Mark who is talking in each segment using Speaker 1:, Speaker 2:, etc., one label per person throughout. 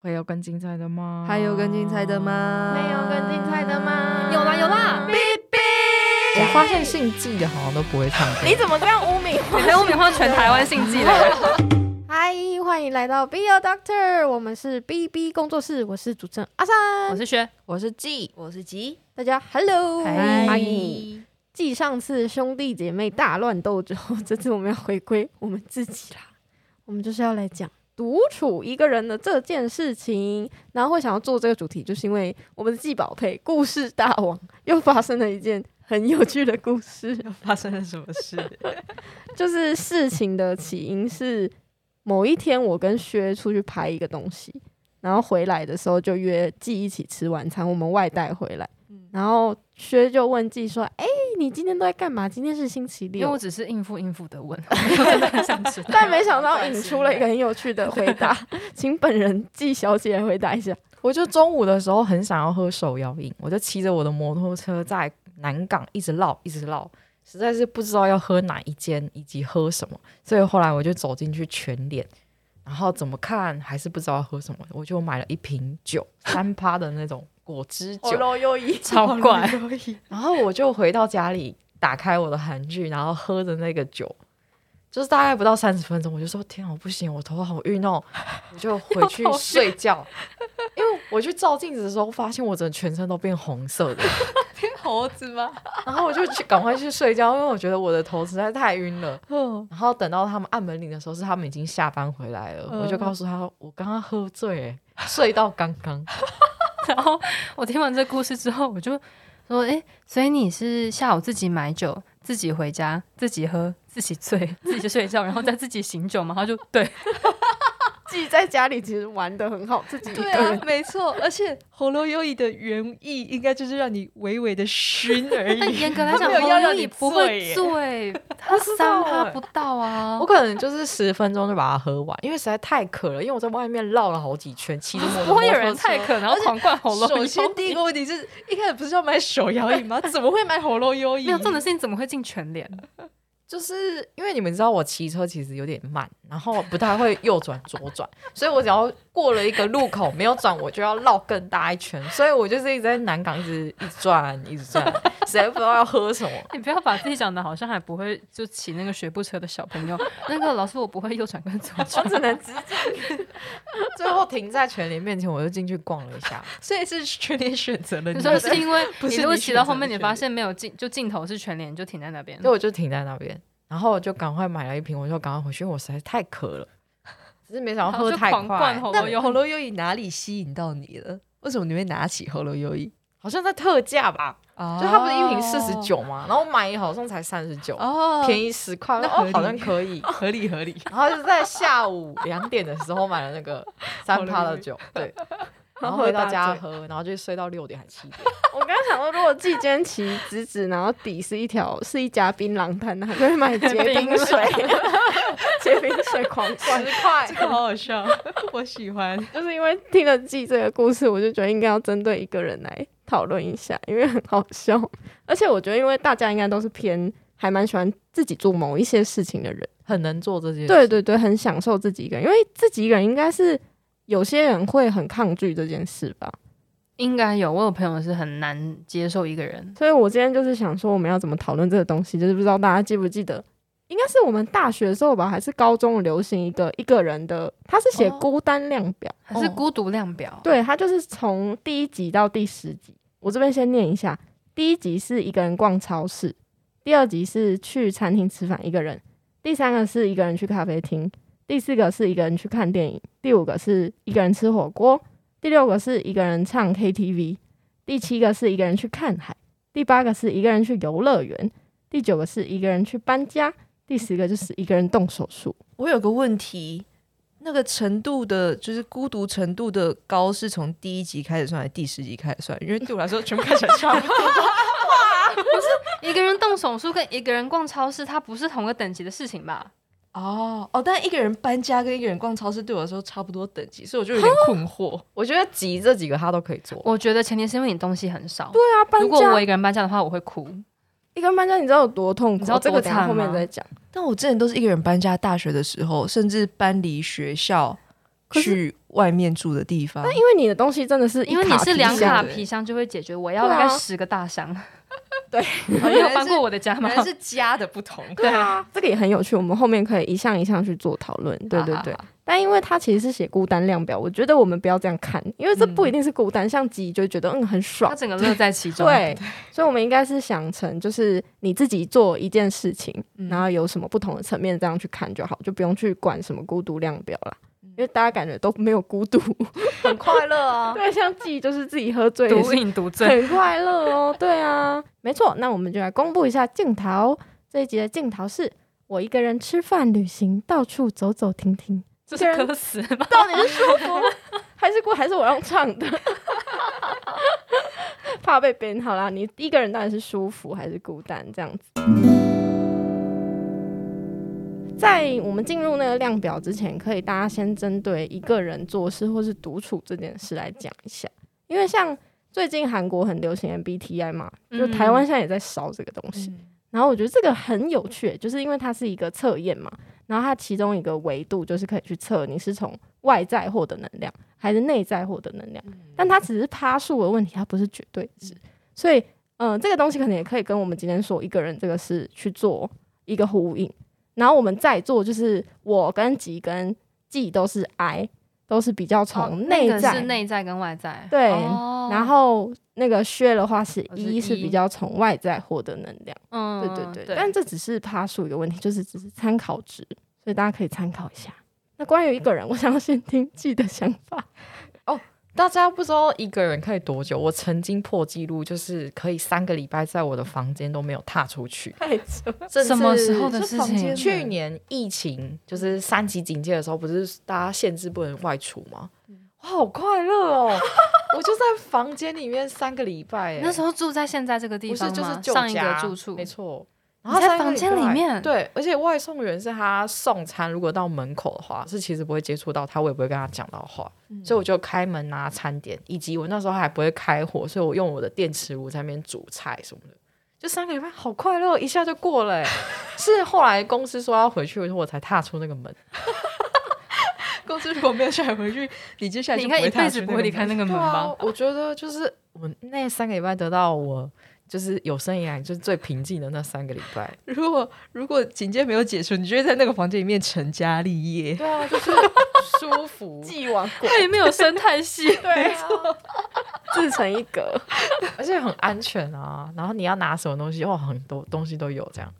Speaker 1: 会有更精彩的吗？
Speaker 2: 还有更精彩的吗？
Speaker 3: 没有更精彩的吗？
Speaker 2: 有啦有啦，
Speaker 3: 哔哔。
Speaker 1: 我发现姓纪的好像都不会唱 歌。
Speaker 3: 你怎么这样污名化？
Speaker 2: 你被污名化全台湾姓纪的人。
Speaker 3: 嗨，欢迎来到 Be a Doctor，我们是 BB 工作室，我是主持人阿
Speaker 2: 我
Speaker 3: 三，
Speaker 2: 是轩，
Speaker 1: 我是纪，
Speaker 4: 我是吉，
Speaker 3: 大家 Hello。
Speaker 1: 嗨
Speaker 3: 嗨继上次兄弟姐妹大乱斗之后， 这次我们要回归我们自己啦。我们就是要来讲独处一个人的这件事情，然后会想要做这个主题，就是因为我们的季宝佩故事大王又发生了一件很有趣的故事。
Speaker 4: 发生了什么事？
Speaker 3: 就是事情的起因是某一天我跟薛出去拍一个东西，然后回来的时候就约季一起吃晚餐，我们外带回来，然后薛就问季说：“哎、你今天都在干嘛？今天是星期
Speaker 2: 因为
Speaker 3: 六
Speaker 2: 我。只是应付应付 的问，我真的很想知”道。
Speaker 3: 但没想到引出了一个很有趣的回答，请本人季小姐来回答一下。
Speaker 1: 我就中午的时候很想要喝手摇饮，我就骑着我的摩托车在南港一直绕，一直绕，实在是不知道要喝哪一间以及喝什么，所以后来我就走进去全脸，然后怎么看还是不知道要喝什么，我就买了一瓶酒，三趴的那种果汁酒，
Speaker 3: 喽又一，
Speaker 2: 超怪，
Speaker 1: 然后我就回到家里，打开我的韩剧，然后喝着那个酒，就是大概不到三十分钟，我就说天啊，我不行，我头好晕哦，我就回去睡觉。因为我去照镜子的时候，发现我整个全身都变红色的，
Speaker 4: 猴子吗？
Speaker 1: 然后我就去赶快去睡觉，因为我觉得我的头实在太晕了。然后等到他们按门铃的时候，是他们已经下班回来了，我就告诉他我刚刚喝醉、欸，睡到刚刚。
Speaker 2: 然后我听完这故事之后，我就说：“诶，所以你是下午自己买酒，自己回家，自己喝，自己醉，自己睡 觉，然后再自己醒酒嘛？”他就对，
Speaker 3: 季在家里其实玩的很好，自己一个
Speaker 4: 对啊
Speaker 3: 人，。
Speaker 4: 没错，而且喉咙优异的原意应该就是让你微微的熏而
Speaker 2: 但
Speaker 4: 已。
Speaker 2: 严格来
Speaker 4: 他
Speaker 2: 讲，
Speaker 4: 没有要让
Speaker 2: 你
Speaker 4: 你
Speaker 2: 不会醉，他三趴不到啊
Speaker 1: 我。可能就是十分钟就把它喝完，因为实在太渴了，因为我在外面绕了好几圈，骑着摩
Speaker 2: 啊不
Speaker 1: 托
Speaker 2: 会有
Speaker 1: 车
Speaker 2: 人太渴，然后狂灌喉咙。
Speaker 4: 首先第一个问题是一开始不是要买手摇饮吗？怎么会买喉咙优 饮？
Speaker 2: 没有重点是你怎么会进全脸？
Speaker 1: 就是因为你们知道我骑车其实有点慢，然后不太会右转左转，所以我只要过了一个路口没有转，我就要绕更大一圈，所以我就是一直在南港一直一直转一直转，实在不知道要喝什么。
Speaker 2: 你不要把自己讲的好像还不会，就骑那个学步车的小朋友。那个老师，我不会右转跟左转，
Speaker 3: 只能直
Speaker 1: 最后停在全联面前，我就进去逛了一下，
Speaker 4: 所以是全年选择了
Speaker 2: 你
Speaker 4: 你。
Speaker 2: 说是 因为
Speaker 4: 不
Speaker 2: 你
Speaker 4: 是
Speaker 2: 如果
Speaker 4: 你
Speaker 2: 骑到
Speaker 4: 选择
Speaker 2: 后面，
Speaker 4: 的
Speaker 2: 你
Speaker 4: 选
Speaker 2: 发
Speaker 4: 择
Speaker 2: 现没有镜，就镜头是全脸，你就停在那边。
Speaker 1: 所以我就停在那边，然后我就赶快买了一瓶，我就赶快回去，因为我实在太渴了，只是没想到
Speaker 2: 然后
Speaker 1: 喝
Speaker 2: 就
Speaker 1: 太
Speaker 2: 狂
Speaker 1: 快
Speaker 2: 灌，喉咙
Speaker 4: 那
Speaker 2: 优
Speaker 4: 喉咙优饮哪里吸引到你了？为什么你会拿起喉咙优饮？
Speaker 1: 好像在特价吧。
Speaker 4: 就
Speaker 2: 哦
Speaker 1: 就它不是一瓶四十九嘛，然后买好像才三十九，
Speaker 4: 哦，
Speaker 1: 便宜十块，
Speaker 4: 那
Speaker 1: 我说
Speaker 4: 合
Speaker 1: 哦
Speaker 4: 理。
Speaker 1: 好像可以
Speaker 4: 合理合理。
Speaker 1: 然后就在下午两点的时候买了那个三趴的酒， 对，然后回到家喝，然后就睡到六点还七 点。
Speaker 3: 我刚刚想说，如果季坚骑直直，然后底是一条是一家槟榔摊，他就会买结冰 水，结冰水狂灌。
Speaker 1: 十块
Speaker 4: 这，个好好笑， 我喜欢。
Speaker 3: 就是因为听了季这个故事，我就觉得应该要针对一个人来讨论一下，因为很好笑。而且我觉得，因为大家应该都是偏还蛮喜欢自己做某一些事情的人，
Speaker 1: 很能做这件事。
Speaker 3: 对对对，很享受自己一个人，因为自己一个人应该是有些人会很抗拒这件事吧。
Speaker 2: 应该有，我有朋友是很难接受一个人。
Speaker 3: 所以我今天就是想说，我们要怎么讨论这个东西，就是不知道大家记不记得，应该是我们大学的时候吧，还是高中流行一个一个人的，他是写
Speaker 4: 哦
Speaker 3: 孤单量表，
Speaker 2: 还是
Speaker 4: 哦
Speaker 2: 孤独量表？，
Speaker 3: 对，他就是从第一集到第十集，我这边先念一下，第一集是一个人逛超市，第二集是去餐厅吃饭一个人，第三个是一个人去咖啡厅，第四个是一个人去看电影，第五个是一个人吃火锅，第六个是一个人唱 KTV，第七个是一个人去看海，第八个是一个人去游乐园，第九个是一个人去搬家，第十个就是一个人动手术。
Speaker 4: 我有个问题，那个程度的，就是孤独程度的高，是从第一集开始算，还是第十集开始算？因为对我来说，全部看起来差不多。
Speaker 2: 一个人动手术跟一个人逛超市，它不是同个等级的事情吧？
Speaker 4: 哦哦，但一个人搬家跟一个人逛超市对我来说差不多等级，所以我 就有点困惑。
Speaker 1: 我觉得急这几个他都可以做。
Speaker 2: 我觉得前提是因为你东西很少。
Speaker 3: 对啊，搬
Speaker 2: 如果
Speaker 3: 家
Speaker 2: 我一个人搬家的话，我会哭。
Speaker 3: 一个人搬家，你知道有多痛苦？
Speaker 2: 你知道
Speaker 3: 这
Speaker 2: 多
Speaker 3: 个等一下
Speaker 2: 惨
Speaker 3: 后面
Speaker 2: 吗
Speaker 3: 再讲。
Speaker 4: 但我之前都是一个人搬家，大学的时候，甚至搬离学校
Speaker 3: 可是
Speaker 4: 去外面住的地方。
Speaker 3: 因为你的东西真的是一
Speaker 2: 因为你是
Speaker 3: 皮
Speaker 2: 两
Speaker 3: 箱
Speaker 2: 卡
Speaker 4: 对
Speaker 2: 皮箱就会解决，我要
Speaker 3: 对
Speaker 2: 大概
Speaker 3: 啊
Speaker 2: 十个大箱。
Speaker 4: 哦
Speaker 2: 你
Speaker 4: 原
Speaker 2: 有
Speaker 4: 来
Speaker 2: 搬
Speaker 4: 是
Speaker 2: 过我的家吗
Speaker 4: 原？来是家的不同，
Speaker 2: 对，啊
Speaker 3: 这个也很有趣，我们后面可以一项一项去做讨论。对对对，
Speaker 2: 好，
Speaker 3: 但因为它其实是写孤单量表，我觉得我们不要这样看，因为这
Speaker 4: 嗯
Speaker 3: 不一定是孤单，像急就会觉得嗯很爽
Speaker 2: 他，整个乐在其中。
Speaker 3: 对，所以我们应该是想成就是你自己做一件事情，
Speaker 4: 嗯
Speaker 3: 然后有什么不同的层面这样去看就好，就不用去管什么孤独量表了。
Speaker 2: 嗯
Speaker 3: 因为大家感觉都没有孤 独，
Speaker 4: 很快乐啊。
Speaker 2: 哦
Speaker 3: 对，像自己就是自己喝醉也
Speaker 2: 毒
Speaker 3: 是
Speaker 2: 瘾毒醉。
Speaker 3: 很快乐哦，对啊，没错。那我们就来公布一下镜头这一集的镜头是我一个人吃饭、旅行，到处走走停停，
Speaker 2: 这
Speaker 3: 一
Speaker 2: 是
Speaker 3: 个人
Speaker 2: 歌词吧？
Speaker 3: 到底是舒服还是过还是我让唱的？怕被编好啦，你一个人到底是舒服还是孤单这样子？在我们进入那个量表之前，可以大家先针对一个人做事或是独处这件事来讲一下，因为像最近韩国很流行 MBTI 嘛，就
Speaker 2: 嗯
Speaker 3: 台湾现在也在烧这个东西。然后我觉得这个很有趣，欸就是因为它是一个测验嘛，然后它其中一个维度就是可以去测你是从外在获得能量还是内在获得能量，但它只是趴数的问题，它不是绝对值，所以嗯、呃这个东西可能也可以跟我们今天说一个人这个是去做一个呼应，然后我们再做就是我跟己跟季都是 I，都是比较
Speaker 2: 哦
Speaker 3: 从
Speaker 2: 那
Speaker 3: 内
Speaker 2: 个
Speaker 3: 在、
Speaker 2: 是内在跟外在。
Speaker 3: 对
Speaker 2: 哦
Speaker 3: 然后那个薛的话是
Speaker 2: 我是
Speaker 3: 一是
Speaker 2: 一
Speaker 3: 比较从外在获得能量。
Speaker 2: 嗯
Speaker 3: 对对对，但这只是爬树一个问题，就是只是参考值，所以大家可以参考一下。那关于一个人，我想要先听自己的想 法。
Speaker 1: 大家不知道一个人可以多久，我曾经破纪录，就是可以三个礼拜在我的房间都没有踏出去。
Speaker 3: 太 扯，
Speaker 1: 这
Speaker 2: 什么时候的
Speaker 4: 这
Speaker 2: 事
Speaker 4: 房
Speaker 2: 情
Speaker 4: 间？
Speaker 1: 去年疫情就是三级警戒的时候，不是大家限制不能外出吗？
Speaker 2: 嗯
Speaker 1: 我好快乐哦！我就在房间里面三个礼拜哎耶，
Speaker 2: 那时候住在现在这个地
Speaker 1: 不
Speaker 2: 方
Speaker 1: 是
Speaker 2: 吗
Speaker 1: 就是旧
Speaker 2: 上一个
Speaker 1: 家
Speaker 2: 住处，
Speaker 1: 没错。
Speaker 2: 你
Speaker 1: 然后
Speaker 2: 在
Speaker 1: 三个
Speaker 2: 房
Speaker 1: 礼
Speaker 2: 间里
Speaker 1: 拜
Speaker 2: 面
Speaker 1: 对，而且外送员是他送餐，如果到门口的话，是其实不会接触到他，我也不会跟他讲到话，
Speaker 2: 嗯
Speaker 1: 所以我就开门拿餐点，以及我那时候还不会开火，所以我用我的电磁炉在那边煮菜什么的。就三个礼拜，好快乐，一下就过了耶、欸是后来公司说要回去，我说我才踏出那个门。
Speaker 4: 公司如果没有甩回去，你接下来
Speaker 2: 你
Speaker 4: 就
Speaker 2: 应该一辈
Speaker 4: 踏
Speaker 2: 子
Speaker 4: 出
Speaker 2: 不会
Speaker 4: 那个
Speaker 2: 离开
Speaker 4: 门
Speaker 2: 那个门
Speaker 1: 对
Speaker 2: 吧
Speaker 1: 啊？，我觉得就是我那三个礼拜得到我就是有生以来就是最平静的那三个礼拜。
Speaker 4: 如果如果警戒没有解除，你就会在那个房间里面成家立业。
Speaker 1: 对啊，就是 舒服，
Speaker 3: 既往 过，
Speaker 2: 对，没有生态系。
Speaker 3: 对啊，自成一格。
Speaker 1: 而且很安全啊。然后你要拿什么东西，哇，很多东西都有这样。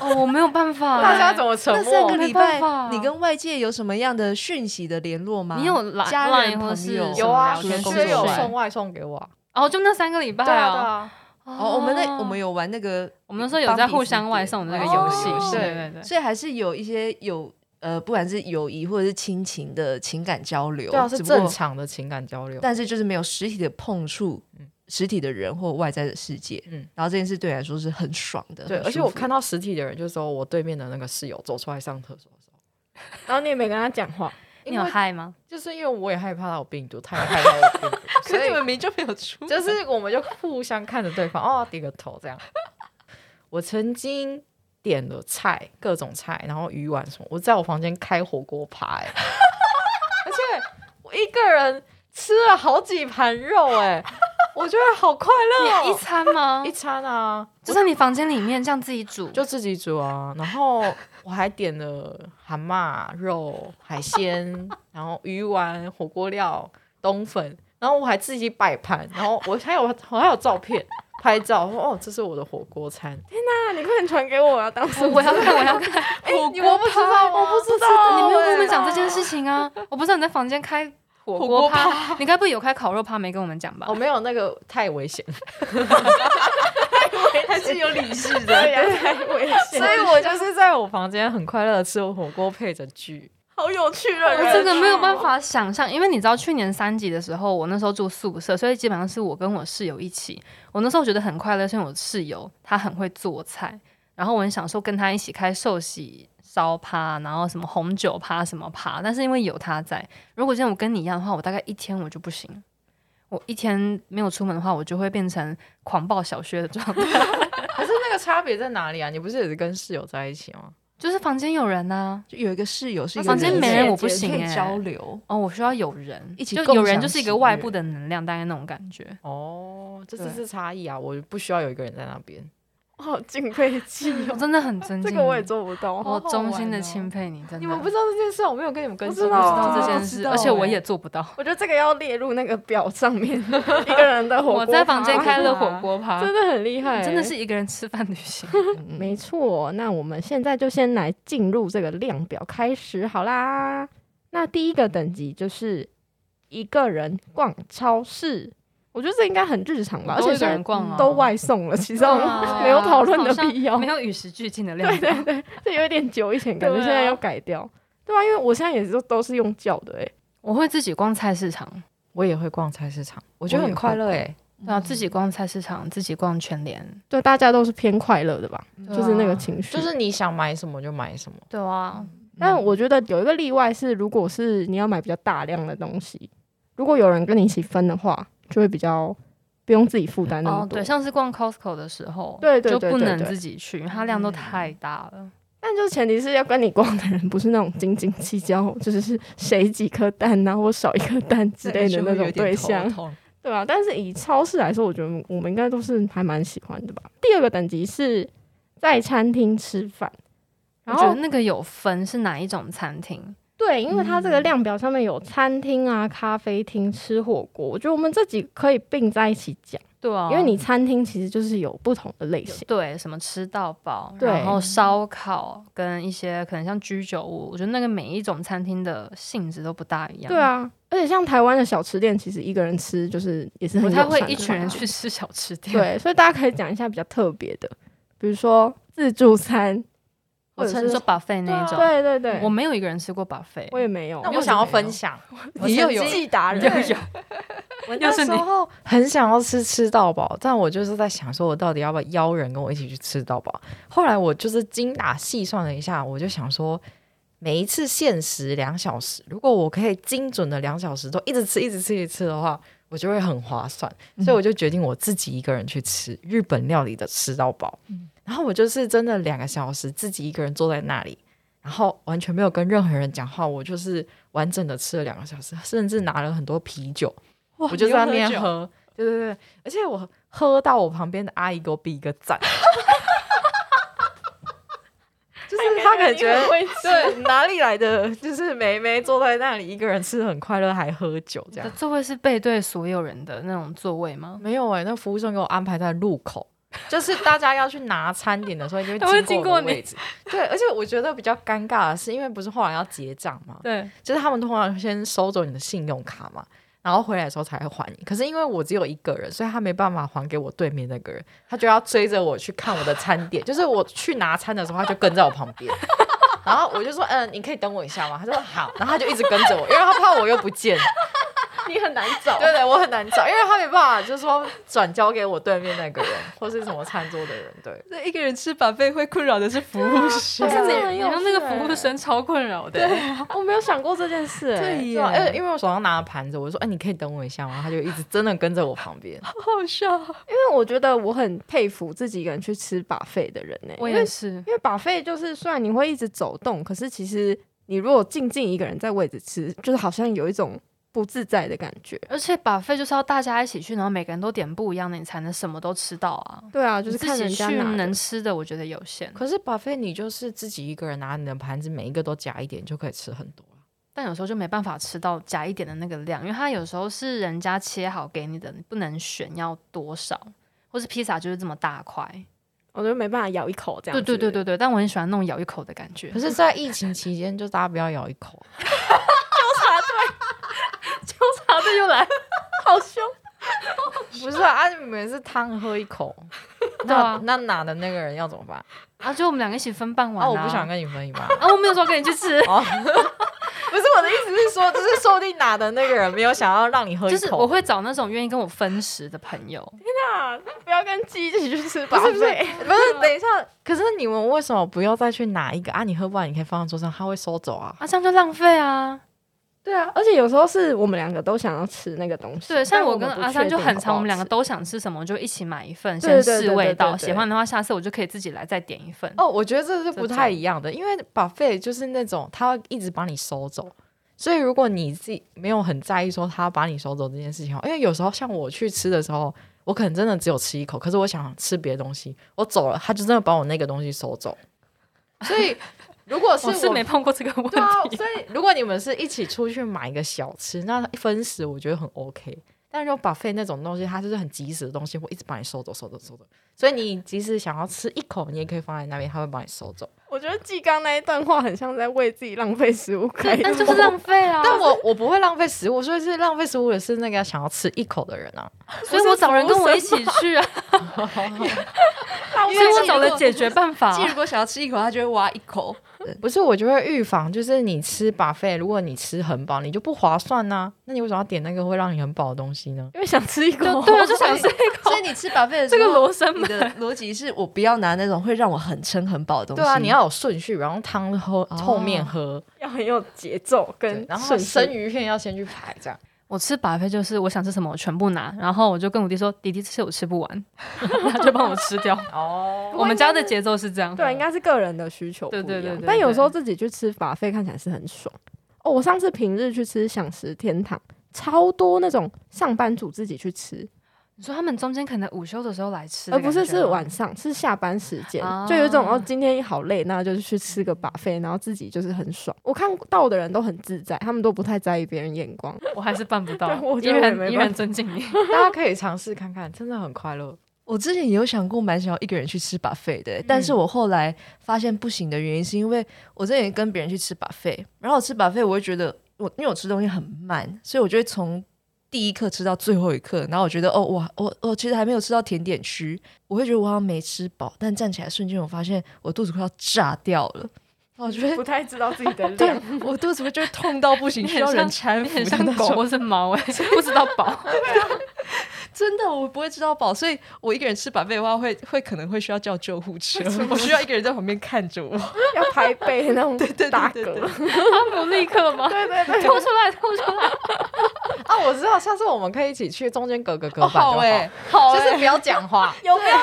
Speaker 2: 哦，我没有办法欸。
Speaker 1: 大家怎么沉
Speaker 4: 啊那三
Speaker 1: 默
Speaker 4: 个？
Speaker 2: 没
Speaker 4: 礼
Speaker 2: 办
Speaker 4: 拜
Speaker 2: 法，
Speaker 4: 你跟外界有什么样的讯息的联络吗？
Speaker 2: 你有来
Speaker 4: 家人
Speaker 2: 来或是
Speaker 4: 朋友
Speaker 2: 什
Speaker 1: 有
Speaker 2: 么
Speaker 1: 啊，
Speaker 2: 聊
Speaker 1: 学
Speaker 2: 天工
Speaker 4: 作
Speaker 1: 姐有
Speaker 2: 室
Speaker 1: 送外送给我啊。
Speaker 2: 哦，就那三个礼拜
Speaker 1: 对啊，对
Speaker 2: 哦。
Speaker 1: 啊。
Speaker 4: 哦，我们那我们有玩那个，
Speaker 2: 我们那时候有在互相外送的那个游戏，
Speaker 1: 哦
Speaker 2: 对对对。
Speaker 4: 所以还是有一些有呃，不管是友谊或者是亲情的情感交流，
Speaker 1: 对啊，是
Speaker 4: 只不过
Speaker 1: 正，常的情感交流。
Speaker 4: 但是就是没有实体的碰触
Speaker 1: 嗯，
Speaker 4: 实体的人或外在的世界。
Speaker 1: 嗯
Speaker 4: 然后这件事对你来说是很爽的，
Speaker 1: 对，而
Speaker 4: 很
Speaker 1: 且
Speaker 4: 舒
Speaker 1: 我
Speaker 4: 服
Speaker 1: 看到实体的人，就是说我对面的那个室友走出来上厕所的时候，
Speaker 3: 然后你也没跟他讲话，
Speaker 2: 你有
Speaker 1: 因为
Speaker 2: 嗨吗？
Speaker 1: 就是因为我也害怕他有病毒，他也害怕我有病毒，
Speaker 4: 可
Speaker 1: 所
Speaker 4: 是
Speaker 1: 以
Speaker 4: 你们明就没有 出，
Speaker 1: 就是我们就互相看着对方，哦，点个头这样。我曾经点了菜，各种菜，然后鱼丸什么，我在我房间开火锅扒、 欸，而且我一个人吃了好几盘肉、哎，我觉得好快乐、
Speaker 2: 你一
Speaker 1: 哦，
Speaker 2: 餐吗
Speaker 1: 一？餐啊，
Speaker 2: 就在你房间里面这样自己煮，
Speaker 1: 就自己煮啊，然后我还点了蛤蟆肉、海鲜，然后鱼丸、火锅料、冬粉，然后我还自己摆盘，然后我还有我还有照片拍照，说哦，这是我的火锅 餐，
Speaker 3: 那你快点传给我啊！当时
Speaker 2: 我要看，我要看。
Speaker 1: 火锅哎不知道吗，我不知
Speaker 2: 你
Speaker 1: 道
Speaker 2: 没有跟我们
Speaker 1: 欸
Speaker 2: 讲这件事情啊！我不知道你在房间开火
Speaker 4: 火
Speaker 2: 锅
Speaker 4: 锅
Speaker 2: 趴，你该不会有开烤肉趴没跟我们讲吧
Speaker 1: 哦，？没有那个太危险，
Speaker 4: 还是有理智的，
Speaker 3: 对呀，
Speaker 2: 啊
Speaker 3: 太危险
Speaker 1: 所以我就是在我房间很快乐的吃我火锅配着剧，
Speaker 3: 好有趣
Speaker 2: 我
Speaker 3: 啊
Speaker 2: 真的没有办法想象，因为你知道去年三级的时候，我那时候住宿舍，所以基本上是我跟我室友一起。我那时候觉得很快乐，是因为我室友他很会做菜，然后我很享受跟他一起开寿喜烧趴，然后什么红酒趴什么趴。但是因为有他在，如果今天我跟你一样的话，我大概一天我就不行了。我一天没有出门的话，我就会变成狂暴小薛的状态。
Speaker 1: 可是那个差别在哪里啊？你不是也是跟室友在一起吗？
Speaker 2: 就是房间有人啊呐、
Speaker 4: 就有一个室友是一个
Speaker 2: 房间没人
Speaker 4: 而且
Speaker 2: 我不行
Speaker 4: 可以
Speaker 2: 欸
Speaker 4: 交流，
Speaker 2: 哦，我需要有人，
Speaker 4: 一起
Speaker 2: 就
Speaker 4: 共
Speaker 2: 有人
Speaker 4: 享
Speaker 2: 就是一
Speaker 4: 喜
Speaker 2: 个外
Speaker 4: 悦
Speaker 2: 部的能量，大概那种感觉。
Speaker 1: 哦，这
Speaker 2: 对
Speaker 1: 次是差异啊，我不需要有一个人在那边。
Speaker 3: 我好敬佩气
Speaker 2: 我
Speaker 3: 哦，
Speaker 2: 真的很尊敬你，
Speaker 3: 这个我也做不到。
Speaker 2: 我
Speaker 1: 好好
Speaker 2: 衷
Speaker 1: 玩
Speaker 2: 心的
Speaker 1: 哦
Speaker 2: 钦佩你，真的。
Speaker 1: 你们不知道这件事，我没有跟你们更
Speaker 3: 不
Speaker 1: 新，
Speaker 3: 知
Speaker 1: 不
Speaker 3: 道
Speaker 2: 道
Speaker 3: 啊
Speaker 2: 这
Speaker 3: 我
Speaker 2: 件
Speaker 4: 不知
Speaker 2: 事，
Speaker 4: 道
Speaker 2: 而且我
Speaker 4: 欸
Speaker 2: 也做不到。
Speaker 3: 我觉得这个要列入那个表 上面，一个人的火锅。
Speaker 2: 我在房间开了
Speaker 1: 火
Speaker 2: 火锅趴，
Speaker 3: 真的很厉害欸、
Speaker 2: 真的是一个人吃饭旅行。
Speaker 3: 没错，那我们现在就先来进入这个量表开始好啦。那第一个等级就是一个人逛超市，我觉得这应该很日常吧，而
Speaker 2: 都
Speaker 3: 且
Speaker 2: 一个
Speaker 3: 现
Speaker 2: 人
Speaker 3: 在
Speaker 2: 逛啊，
Speaker 3: 都外送了，其实我
Speaker 2: 对啊
Speaker 3: 们没有讨论的
Speaker 2: 好像
Speaker 3: 必要
Speaker 2: 没。有与时俱进的量
Speaker 3: 对
Speaker 2: 表。
Speaker 3: 对对，这有点久以前，感觉
Speaker 2: 对啊
Speaker 3: 现在要改掉。对啊，因为我现在也是都是用叫的哎、
Speaker 2: 我会自己逛菜市场，
Speaker 1: 我也会逛菜市场，我觉得
Speaker 3: 我
Speaker 1: 很
Speaker 3: 也
Speaker 1: 快
Speaker 3: 会
Speaker 1: 乐欸
Speaker 3: 逛
Speaker 1: 诶、
Speaker 2: 对啊，自己逛菜市场，自己逛全联，
Speaker 3: 对，大家都是偏快乐的吧，
Speaker 2: 对
Speaker 3: 就是那
Speaker 2: 啊
Speaker 3: 个情绪。
Speaker 1: 就是你想买什么就买什么。
Speaker 2: 对啊，
Speaker 4: 嗯
Speaker 3: 但我觉得有一个例外是，如果是你要买比较大量的东西，如果有人跟你一起分的话，就会比较不用自己负担那么
Speaker 2: 哦
Speaker 3: 多。
Speaker 2: 对，像是逛 Costco 的时候，
Speaker 3: 对对
Speaker 2: 就
Speaker 3: 对
Speaker 2: 不
Speaker 3: 对
Speaker 2: 能
Speaker 3: 对
Speaker 2: 自己去，因为它量都太大了。
Speaker 3: 但就是前提是要跟你逛的人不是那种斤斤计较，就是是谁几颗蛋啊，或少一颗蛋之类的那种对象，对啊。但是以超市来说，我觉得我们应该都是还蛮喜欢的吧。第二个等级是在餐厅吃饭，
Speaker 2: 我
Speaker 3: 然
Speaker 2: 觉
Speaker 3: 后
Speaker 2: 得那个有分是哪一种餐厅，
Speaker 3: 对，因为它这个
Speaker 2: 嗯
Speaker 3: 量表上面有餐厅啊、咖啡厅、吃火锅，我觉得我们这几个可以并在一起讲，
Speaker 2: 对啊，
Speaker 3: 因为你餐厅其实就是有不同的类型。
Speaker 2: 对什么吃到饱，
Speaker 3: 对
Speaker 2: 然后烧烤跟一些可能像居酒屋，我觉得那个每一种餐厅的性质都不大一样。
Speaker 3: 对，啊，而且像台湾的小吃店，其实一个人吃就是也是很
Speaker 2: 不太
Speaker 3: 友
Speaker 2: 会
Speaker 3: 善
Speaker 2: 一
Speaker 3: 的
Speaker 2: 群人
Speaker 3: 嘛
Speaker 2: 去吃小吃店。
Speaker 3: 对，所以大家可以讲一下比较特别的，比如说自助餐，或
Speaker 2: 我
Speaker 3: 者
Speaker 2: 称
Speaker 3: 是
Speaker 2: 说 buffet 那一种，
Speaker 3: 对对对，
Speaker 2: 我没有一个人吃过 buffet，
Speaker 3: 我也没有
Speaker 1: 那，
Speaker 2: 我
Speaker 1: 我
Speaker 2: 想
Speaker 1: 想
Speaker 2: 要
Speaker 1: 要
Speaker 2: 分
Speaker 1: 分 享，
Speaker 2: 你又有
Speaker 1: 记达
Speaker 2: 又有，
Speaker 1: 我
Speaker 2: 又
Speaker 1: 那
Speaker 2: 是
Speaker 1: 时
Speaker 2: 你
Speaker 1: 候很想要吃吃到饱，但我就是在想说，我到底要不要邀人跟我一起去吃到饱？后来我就是精打细算了一下，我就想说，每一次限时两小时，如果我可以精准的两小时都一直吃、一直吃、一直吃的话，我就会很划算。
Speaker 2: 嗯
Speaker 1: 所以我就决定我自己一个人去吃日本料理的吃到饱。
Speaker 2: 嗯
Speaker 1: 然后我就是真的两个小时自己一个人坐在那里。然后完全没有跟任何人讲话，我就是完整的吃了两个小时，甚至拿了很多啤酒，我就在那边喝，对对对，而且我喝到我旁边的阿姨给我比一个 赞，就是她可能觉得对哪里来的，就是梅梅坐在那里一个人吃很快乐，还喝酒这
Speaker 2: 你的
Speaker 1: 样。
Speaker 2: 座位是背对所有人的那种座位 吗？
Speaker 1: 没有哎、那服务生给我安排在路口，就是大家要去拿餐点的时候， 因为
Speaker 2: 他会
Speaker 1: 经
Speaker 2: 经过
Speaker 1: 过我的
Speaker 2: 你
Speaker 1: 位置。对，而且我觉得比较尴尬的是，因为不是后来要结账嘛，
Speaker 2: 对，
Speaker 1: 就是他们通常先收走你的信用卡嘛，然后回来的时候才会还你。可是因为我只有一个人，所以他没办法还给我对面那个人，他就要追着我去看我的餐点。 就是我去拿餐的时候，他就跟在我旁边，然后我就说：“嗯，你可以等我一下吗？”他说：“好。”然后他就一直跟着我，因为他怕我又不见。
Speaker 3: 你很难找
Speaker 1: 对对，我很难找，因为他没办法，就是说转交给我对面那个人 或是什么餐桌的人。对，
Speaker 4: 那一个人吃 buffet 会困扰的是服
Speaker 2: 啊
Speaker 4: 务生，
Speaker 3: 真的啊很
Speaker 2: 你
Speaker 3: 有
Speaker 2: 让那个
Speaker 3: 趣
Speaker 2: 服务
Speaker 3: 欸
Speaker 2: 生超困扰的。欸
Speaker 3: 我没有想过这 件事、欸，
Speaker 4: 对
Speaker 1: 对啊，因为因为我手上拿了盘子，我就说：“哎、你可以等我一下吗？”他就一直真的跟着我旁边。
Speaker 4: 好笑。
Speaker 3: 因为我觉得我很佩服自己一个人去吃把费的人呢、
Speaker 2: 我
Speaker 3: 因为
Speaker 2: 也是，
Speaker 3: 因为把费就是虽然你会一直走动，可是其实你如果静静一个人在位置吃，就是好像有一种不自在的感觉。
Speaker 2: 而且 buffet 就是要大家一起去，然后每个人都点不一样的，你才能什么都吃到啊。
Speaker 3: 对啊，就
Speaker 2: 你
Speaker 3: 是看
Speaker 2: 自
Speaker 3: 人
Speaker 2: 己
Speaker 3: 家
Speaker 2: 去
Speaker 3: 拿的
Speaker 2: 能吃的，我觉得有限。
Speaker 1: 可是 buffet 你就是自己一个人拿你的盘子，每一个都夹一点，就可以吃很多了。
Speaker 2: 但有时候就没办法吃到加一点的那个量，因为它有时候是人家切好给你的，你不能选要多少，或是披萨就是这么大块。
Speaker 3: 我就没办法咬一口这样
Speaker 2: 对对
Speaker 3: 子。
Speaker 2: 对对对，但我很喜欢那种咬一口的感觉
Speaker 1: 可，是，在疫情期间，就大家不要咬一口啊。
Speaker 2: 啊，这又来，
Speaker 3: 好凶。
Speaker 1: 不是啊，啊你们是汤喝一 口，
Speaker 2: 对
Speaker 1: 那
Speaker 2: 啊
Speaker 1: 那拿的那个人要怎么办？
Speaker 2: 啊，就我们两个一起分半碗
Speaker 1: 啊，我不想跟你分一 半。
Speaker 2: 啊，我没有说跟你去 吃，
Speaker 1: 哦，不是我的意思是说，就是说不定拿的那个人没有想要让你喝一
Speaker 2: 就
Speaker 1: 口，
Speaker 2: 是我会找那种愿意跟我分食的朋友，
Speaker 3: 那不要跟鸡一起去 吃把
Speaker 1: 不是不
Speaker 3: 费。
Speaker 1: 不是等一下。可是你们为什么不要再去拿一个啊？你喝不完，你可以放在桌上，他会收走啊。
Speaker 2: 啊，这样就浪费啊。
Speaker 3: 对啊，而且有时候是我们两个都想要吃那个东西。
Speaker 2: 对，像
Speaker 3: 但
Speaker 2: 我
Speaker 3: 我
Speaker 2: 跟
Speaker 3: 们不
Speaker 2: 阿
Speaker 3: 确
Speaker 2: 三就
Speaker 3: 定
Speaker 2: 很
Speaker 3: 好不
Speaker 2: 常，我们
Speaker 3: 好
Speaker 2: 两个
Speaker 3: 吃
Speaker 2: 都想吃什么，我就一起买一份，
Speaker 3: 对
Speaker 2: 先
Speaker 3: 对
Speaker 2: 试
Speaker 3: 对
Speaker 2: 味
Speaker 3: 对
Speaker 2: 道，
Speaker 3: 对
Speaker 2: 喜欢的话下次我就可以自己来再点一份。
Speaker 1: 哦，我觉得这是不
Speaker 2: 这
Speaker 1: 太
Speaker 2: 种
Speaker 1: 一样的，因为 buffet 就是那种他会一直把你收走，所以如果你自己没有很在意说他把你收走这件事情，因为有时候像我去吃的时候，我可能真的只有吃一口，可是我想吃别的东西，我走了，他就真的把我那个东西收走，所以如果是
Speaker 2: 我是
Speaker 1: 我
Speaker 2: 没碰过这个问
Speaker 1: 对啊，
Speaker 2: 题，
Speaker 1: 所以如果你们是一起出去买一个小吃，那分食我觉得很 OK。但如果 buffet 那种东西，它就是很及时的东西，会一直把你收走、收走、收走。所以你即使想要吃一口，你也可以放在那边，它会把你收走。
Speaker 3: 我觉得纪刚那一段话很像在为自己浪费食物开
Speaker 2: 但就
Speaker 3: 脱
Speaker 2: 是浪费啊。
Speaker 1: 但我我不会浪费食物，所以是浪费食物的是那个想要吃一口的人啊。
Speaker 2: 所以我找人跟我一起去啊，
Speaker 4: 因
Speaker 2: 所以
Speaker 4: 为
Speaker 2: 我找了解决办法啊
Speaker 4: 鸡。如果想要吃一口，他就会挖一口。
Speaker 1: 不是，我就会预防，就是你吃 buffet，如果你吃很饱，你就不划算呐、那你为什么要点那个会让你很饱的东西呢？
Speaker 3: 因为想吃一口，
Speaker 2: 对啊，就想吃
Speaker 4: 所以你吃 buffet 的时
Speaker 2: 这
Speaker 4: 候，
Speaker 2: 个罗生
Speaker 4: 你
Speaker 2: 门。
Speaker 4: 的逻辑是我不要拿那种会让我很撑很饱的东西。
Speaker 1: 对啊，你要有顺序，然后汤喝后面
Speaker 4: 哦
Speaker 1: 喝，
Speaker 3: 要很有节奏
Speaker 1: 对
Speaker 3: 跟，
Speaker 1: 然后
Speaker 3: 顺序
Speaker 1: 生鱼片要先去排这样。
Speaker 2: 我吃把费就是我想吃什么我全部拿，然后我就跟我弟说：“弟弟，这些我吃不完，他就帮我吃掉。
Speaker 1: 哦”
Speaker 2: 我们家的节奏是这样。
Speaker 3: 对啊，应该是个人的需求不一
Speaker 2: 对
Speaker 3: 样。
Speaker 2: 对对对
Speaker 3: 但
Speaker 2: 对
Speaker 3: 有时候自己去吃法费看起来是很爽。哦，我上次平日去吃享食天堂，超多那种上班族自己去吃，
Speaker 2: 你说他们中间可能午休的时候来吃的
Speaker 3: 而
Speaker 2: 感觉啊哦
Speaker 3: 不
Speaker 2: 吗，
Speaker 3: 是是晚上，是下班时间，
Speaker 2: 啊
Speaker 3: 就有一种哦，今天好累，那就是去吃个把费，然后自己就是很爽。我看到的人都很自在，他们都不太在意别人眼光。
Speaker 2: 我还是办不到
Speaker 3: 对，我
Speaker 2: 依
Speaker 3: 觉得我也没
Speaker 2: 然
Speaker 3: 办法
Speaker 2: 依然尊敬你。
Speaker 1: 大家可以尝试看看，真的很快乐。
Speaker 4: 我之前也有想过蛮想要一个人去吃 buffet 的、但是我后来发现不行的原因是因为我之前也跟别人去吃 buffet，然后我吃 buffet 我会觉得我因为我吃东西很慢，所以我就会从第一刻吃到最后一刻，然后我觉得哦哇我我其实还没有吃到甜点区，我会觉得我好像没吃饱，但站起来瞬间我发现我肚子快要炸掉了，然后我 觉
Speaker 3: 不
Speaker 4: 得
Speaker 3: 太知道自己 的
Speaker 4: 对，我肚子就会痛到不 行，
Speaker 2: 你很
Speaker 4: 需要人
Speaker 2: 像
Speaker 4: 搀
Speaker 2: 你
Speaker 4: 扶
Speaker 2: 很
Speaker 4: 的
Speaker 2: 像
Speaker 4: 那
Speaker 2: 狗
Speaker 4: 种。
Speaker 2: 或是猫哎、 不知道饱。
Speaker 4: 真的，我不会吃到饱，所以我一个人吃板贝的话，会会可能会需要叫救护 车，我需要一个人在旁边看 着我。
Speaker 3: 要拍背那种
Speaker 4: 对
Speaker 3: 打嗝，
Speaker 4: 对对
Speaker 2: 他不立刻 吗？
Speaker 3: 对对对，。
Speaker 2: 吐出来，吐出来！
Speaker 1: 啊，我知道，下次我们可以一起去中间隔个隔板就哦好，欸
Speaker 4: 哎，
Speaker 2: 好
Speaker 1: 就是不要讲话
Speaker 3: 有没有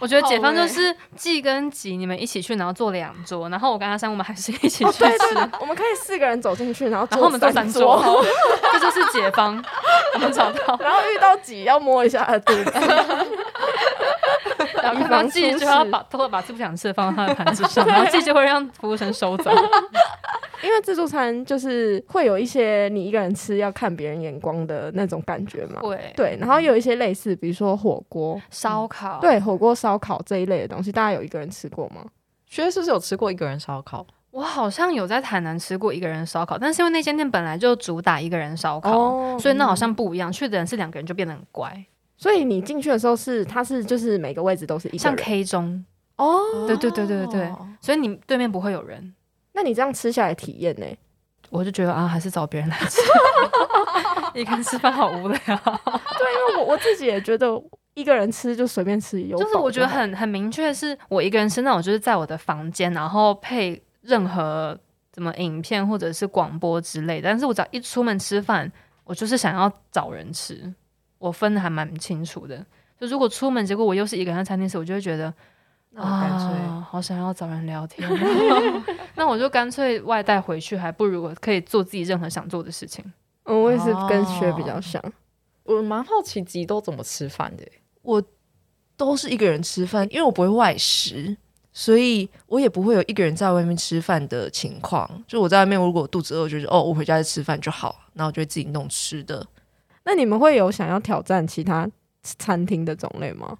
Speaker 2: 我觉得解放
Speaker 3: 欸
Speaker 2: 就是季跟吉，你们一起去，然后坐两桌，然后我跟阿三，我们还是 一起去
Speaker 3: 哦，
Speaker 2: 吃，
Speaker 3: 对对对，我们可以四个人走进去，然后
Speaker 2: 然后我们坐三
Speaker 3: 三
Speaker 2: 桌， 这就是解 放。我们找到，
Speaker 3: 然后遇到挤要摸一下他的肚子，
Speaker 2: 然后看到季就要把偷偷把自己不想吃的放到他的盘子上，然后季就会让服务生收走。
Speaker 3: 因为自助餐就是会有一些你一个人吃要看别人眼光的那种感觉嘛。
Speaker 2: 对，
Speaker 3: 对，然后有一些类似，比如说火锅，
Speaker 2: 烧烤，，
Speaker 3: 对，火锅、烧烤这一类的东西，大家有一个人吃过吗？
Speaker 1: 学姐是不是有吃过一个人烧烤？
Speaker 2: 我好像有在台南吃过一个人烧烤，但是因为那间店本来就主打一个人烧烤，
Speaker 3: 哦
Speaker 2: 所以那好像不一样。去的人是两个人就变得很乖，
Speaker 3: 所以你进去的时候是，它是就是每个位置都是一个
Speaker 2: 像
Speaker 3: 人
Speaker 2: K 中，
Speaker 3: 哦。
Speaker 2: 对对对对对，所以你对面不会有人。
Speaker 3: 那你这样吃下来体验呢？
Speaker 2: 我就觉得啊，还是找别人来 吃，一个人吃饭好无聊。
Speaker 3: 对，因为我我自己也觉得一个人吃就随便吃有饱
Speaker 2: 就是我觉得
Speaker 3: 好
Speaker 2: 很很明确，是我一个人吃那种，就是在我的房间，然后配任何什么影片或者是广播之类的。但是我只要一出门吃饭，我就是想要找人吃，我分的还蛮清楚的。就如果出门，结果我又是一个人在餐厅吃，我就会觉得
Speaker 4: 那我干脆、
Speaker 2: 啊，好想要找人聊天。 那我就干脆外带回去，还不如可以做自己任何想做的事情。
Speaker 3: 嗯，我也是跟
Speaker 2: 哦
Speaker 3: 薛比较像。
Speaker 1: 我蛮好奇吉都怎么吃饭的耶。
Speaker 4: 我都是一个人吃饭，因为我不会外食，所以我也不会有一个人在外面吃饭的情况。就我在外面，如果我肚子饿，我就是哦，我回家再吃饭就好，然后我就会自己弄吃的。
Speaker 3: 那你们会有想要挑战其他餐厅的种类吗？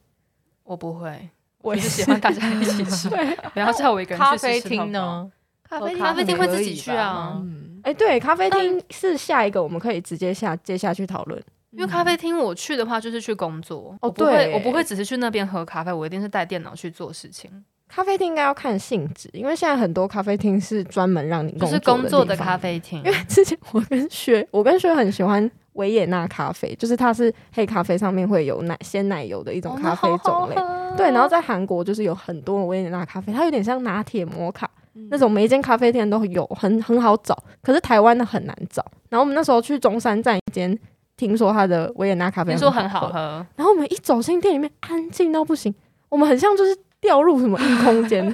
Speaker 2: 我不会，
Speaker 3: 我
Speaker 2: 我
Speaker 3: 也
Speaker 2: 就是喜欢大家一起 吃，不要叫我一个人去
Speaker 1: 咖
Speaker 2: 吃
Speaker 1: 啡
Speaker 2: 吃
Speaker 1: 厅
Speaker 2: 饭吧？
Speaker 1: 呢？
Speaker 3: 咖
Speaker 1: 啡厅
Speaker 2: 哦咖啡厅会自己去
Speaker 1: 可以吧
Speaker 2: 啊，
Speaker 4: 嗯，
Speaker 3: 哎、对，咖啡厅是下一个，我们可以直接下接下去讨论。
Speaker 2: 因为咖啡厅我去的话就是去工作，我不
Speaker 3: 对
Speaker 2: 会我不会只是去那边喝咖啡，我一定是带电脑去做事情，
Speaker 3: 咖啡厅应该要看性质，因为现在很多咖啡厅是专门让你
Speaker 2: 就
Speaker 3: 工
Speaker 2: 是工作
Speaker 3: 作
Speaker 2: 的
Speaker 3: 地
Speaker 2: 咖
Speaker 3: 方。
Speaker 2: 啡 厅
Speaker 3: 因。为之前我跟薛， 我跟薛很喜欢维也纳咖啡，就是它是黑咖啡上面会有奶鲜奶油的一
Speaker 2: 哦
Speaker 3: 种咖啡种类。对，然后在韩国就是有很多维也纳咖啡，它有点像拿铁摩卡，
Speaker 2: 嗯
Speaker 3: 那种每一间咖啡店都有，很很好找。可是台湾的很难找。然后我们那时候去中山站一间，听说它的维也纳咖啡
Speaker 2: 听说
Speaker 3: 很
Speaker 2: 很好
Speaker 3: 喝
Speaker 2: 喝，
Speaker 3: 然后我们一走进店里面，安静到不行，我们很像就是掉入什么异空间。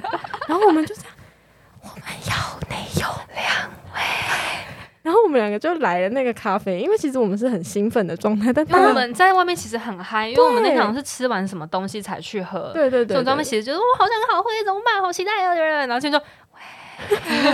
Speaker 3: 然后我们就这样，我们要内有两位。然后我们两个就来了那个咖啡，因为其实我们是很兴奋的状态，但
Speaker 2: 因为
Speaker 3: 他
Speaker 2: 我们在外面其实很嗨，因为我们那场是吃完什么东西才去喝，
Speaker 3: 对对
Speaker 2: 所以
Speaker 3: 对
Speaker 2: 我专门
Speaker 3: 对，
Speaker 2: 其实就是我好想好会怎么办？好期待啊！然后就说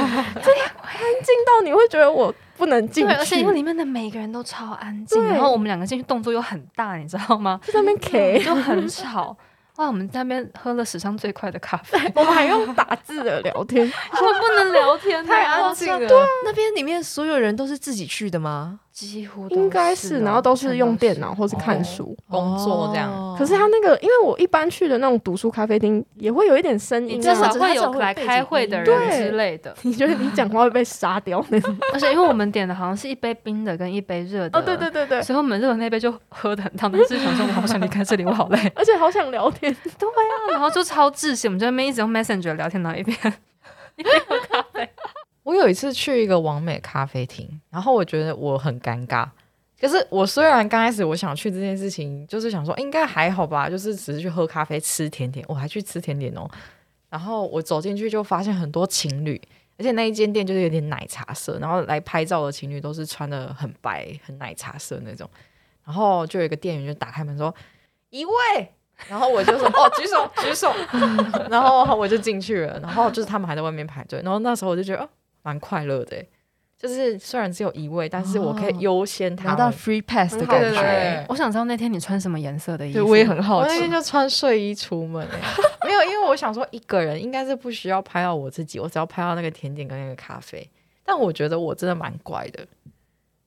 Speaker 3: 进到你会觉得我不能进去，
Speaker 2: 对，而且因为里面的每个人都超安静，
Speaker 3: 对
Speaker 2: 然后我们两个进去动作又很大，你知道吗？
Speaker 3: 就在 那边 K，
Speaker 2: 就很吵。哇，我们在那边喝了史上最快的咖 啡，
Speaker 3: 我们还用打字的聊天，
Speaker 2: 根本不能聊天，
Speaker 4: 太安
Speaker 2: 安
Speaker 4: 静
Speaker 2: 静
Speaker 4: 了。
Speaker 2: 了，
Speaker 4: 那边里面所有人都是自己去的吗？
Speaker 2: 几乎都
Speaker 3: 应该
Speaker 2: 是
Speaker 3: 是，
Speaker 2: 哦，
Speaker 3: 然后都是用电
Speaker 2: 全
Speaker 3: 脑或是看
Speaker 1: 哦
Speaker 3: 啊书。
Speaker 1: 工作这样。
Speaker 4: 哦
Speaker 3: 可是他那个，因为我一般去的那种读书咖啡厅也会有一点声
Speaker 2: 都是。
Speaker 3: 音
Speaker 2: 你
Speaker 3: 啊，
Speaker 2: 至少
Speaker 4: 至少
Speaker 2: 会有
Speaker 4: 会有
Speaker 2: 来
Speaker 4: 背景
Speaker 2: 开会的
Speaker 3: 音
Speaker 2: 人
Speaker 3: 对
Speaker 2: 之类的，
Speaker 3: 你觉得你讲话会被杀掉那种。
Speaker 2: 而且因为我们点的好像是一杯冰的跟一杯热的，
Speaker 3: 哦，对对对对，
Speaker 2: 所以我们热的那杯就喝的很烫，但是想说我好想离开这里，我好累
Speaker 3: 而且好想聊天，
Speaker 2: 啊，然后就超窒息，我们就在那边一直用 Messenger 聊天到一边，
Speaker 1: 我有一次去一个完美咖啡厅，然后我觉得我很尴尬。可是我虽然刚开始我想去这件事情，就是想说应该还好吧，就是只是去喝咖啡、吃甜点，我还去吃甜点哦。然后我走进去就发现很多情侣，而且那一间店就是有点奶茶色，然后来拍照的情侣都是穿的很白、很奶茶色那种。然后就有一个店员就打开门说一位，然后我就 说哦举手举手，然后我就进去了。然后就是他们还在外面排队，然后那时候我就觉得哦蛮快乐的欸，就是虽然只有一位，但是我可以优先他
Speaker 4: 哦拿
Speaker 1: 们。
Speaker 4: 到 free pass 的
Speaker 3: 很好
Speaker 4: 感
Speaker 1: 对对
Speaker 4: 觉。
Speaker 1: 对
Speaker 2: 我想知道那天你穿什么颜色的衣服，
Speaker 4: 对，我也很好
Speaker 1: 我那
Speaker 4: 奇
Speaker 1: 天。就穿睡衣出门、欸， 没有，因为我想说一个人应该是不需要拍到我自己，我只要拍到那个甜点跟那个咖啡。但我觉得我真的蛮乖的，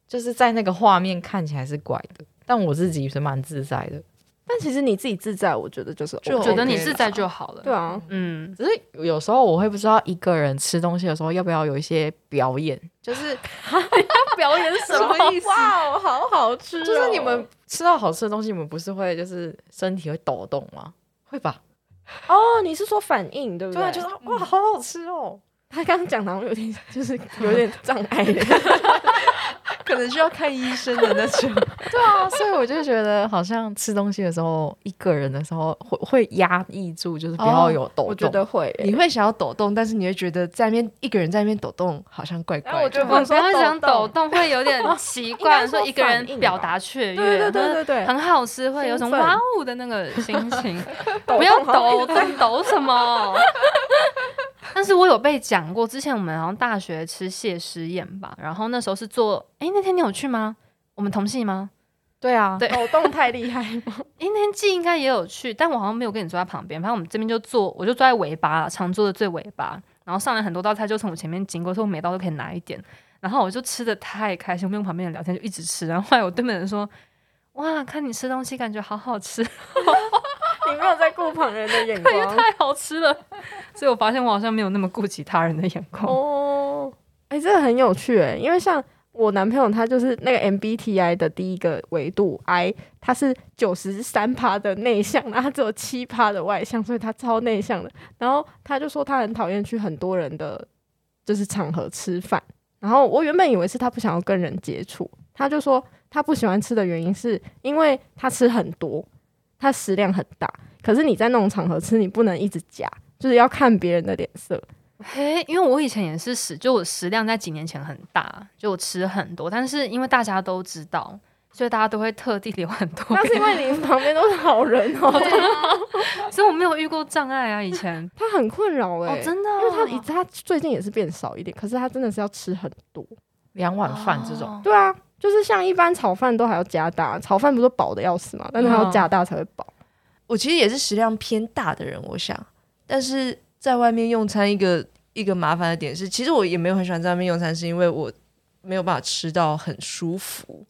Speaker 1: 就是在那个画面看起来是乖的，但我自己是蛮自在的。
Speaker 3: 但其实你自己自在，我觉得就是
Speaker 4: 就
Speaker 3: OK
Speaker 2: 觉得你
Speaker 4: OK
Speaker 2: 自
Speaker 4: 啦
Speaker 2: 在就好了。
Speaker 3: 对啊，
Speaker 2: 嗯，
Speaker 1: 只是有时候我会不知道一个人吃东西的时候要不要有一些表演， 就是
Speaker 2: 表演什么？
Speaker 4: 意思？
Speaker 3: 哇哦，好好吃哦
Speaker 1: 就是你们吃到好吃的东西，你们不是会就是身体会抖动吗？会吧？
Speaker 3: 哦，你是说反应对不
Speaker 1: 对啊，
Speaker 3: 对？
Speaker 1: 就是哇，好好吃哦。
Speaker 3: 他刚刚讲的，好像有点就是有点障 碍的，
Speaker 4: 可能需要看医生的那种。
Speaker 1: 对啊，所以我就觉得好像吃东西的时候，一个人的时候会会压抑住，就是不要有抖
Speaker 3: 我
Speaker 1: 动。
Speaker 3: 觉得会耶。
Speaker 4: 你会想要抖动，但是你会觉得在那边一个人在那边抖动好像怪怪的。
Speaker 3: 哎我觉得
Speaker 2: 我不要讲抖
Speaker 3: 抖
Speaker 2: 动，会有 点奇
Speaker 3: 应
Speaker 2: 怪。
Speaker 3: 该说
Speaker 2: 说一个人
Speaker 3: 反应吧
Speaker 2: 表达雀跃，
Speaker 3: 对对对对
Speaker 2: 然
Speaker 3: 对
Speaker 2: 后很好吃，会有种
Speaker 3: 兴奋
Speaker 2: 哇哦的那个心情。
Speaker 3: 抖
Speaker 2: 不要
Speaker 3: 动好
Speaker 2: 抖，
Speaker 3: 像
Speaker 2: 在抖什么？ 但是我有被讲过，之前我们好像大学吃谢师宴吧，然后那时候是做，诶，那天你有去吗？我们同系吗？
Speaker 1: 对啊，
Speaker 2: 对
Speaker 3: 抖动太厉害 吗？
Speaker 2: 诶，那天季应该也有去，但我好像没有跟你坐在旁边，反正我们这边就坐，我就坐在尾巴啦，常坐的最尾巴，然后上来很多道菜就从我前面经过，所以我每道都可以拿一点，然后我就吃的太开心，我跟旁边人聊天就一直吃，然后后来我对面的人说。哇，看你吃东西，感觉好好吃，
Speaker 3: 你没有在顾旁人的眼
Speaker 2: 因为
Speaker 3: 光
Speaker 2: 太好吃了，所以我发现我好像没有那么顾及他人的眼光。
Speaker 3: 哦。哎，这个很有趣哎，因为像我男朋友他就是那个 MBTI 的第一个维度 I，他是九十三趴的内向，然后他只有七趴的外向，所以他超内向的。然后他就说他很讨厌去很多人的就是场合吃饭。然后我原本以为是他不想要跟人接触，他就说他不喜欢吃的原因是因为他吃很多，他食量很大。可是你在那种场合吃，你不能一直夹，就是要看别人的脸色。
Speaker 2: 嘿，因为我以前也是食，就我食量在几年前很大，就我吃很多，但是因为大家都知道，所以大家都会特地留很多
Speaker 3: 那是因为你旁边都是好人 哦，
Speaker 2: 给，所以我没有遇过障碍啊。以前
Speaker 3: 他很困扰哎、
Speaker 2: 哦，真的哦、
Speaker 3: 因为他以他最近也是变少一点，可是他真的是要吃很多。
Speaker 1: 两碗饭这种。
Speaker 2: 哦
Speaker 3: 对啊，就是像一般炒饭都还要加大，炒饭不是饱的要死嘛，但是他
Speaker 2: 哦
Speaker 3: 要加大才会饱。
Speaker 4: 我其实也是食量偏大的人，我想，但是在外面用餐一个一个麻烦的点是，其实我也没有很喜欢在外面用餐，是因为我没有办法吃到很舒服。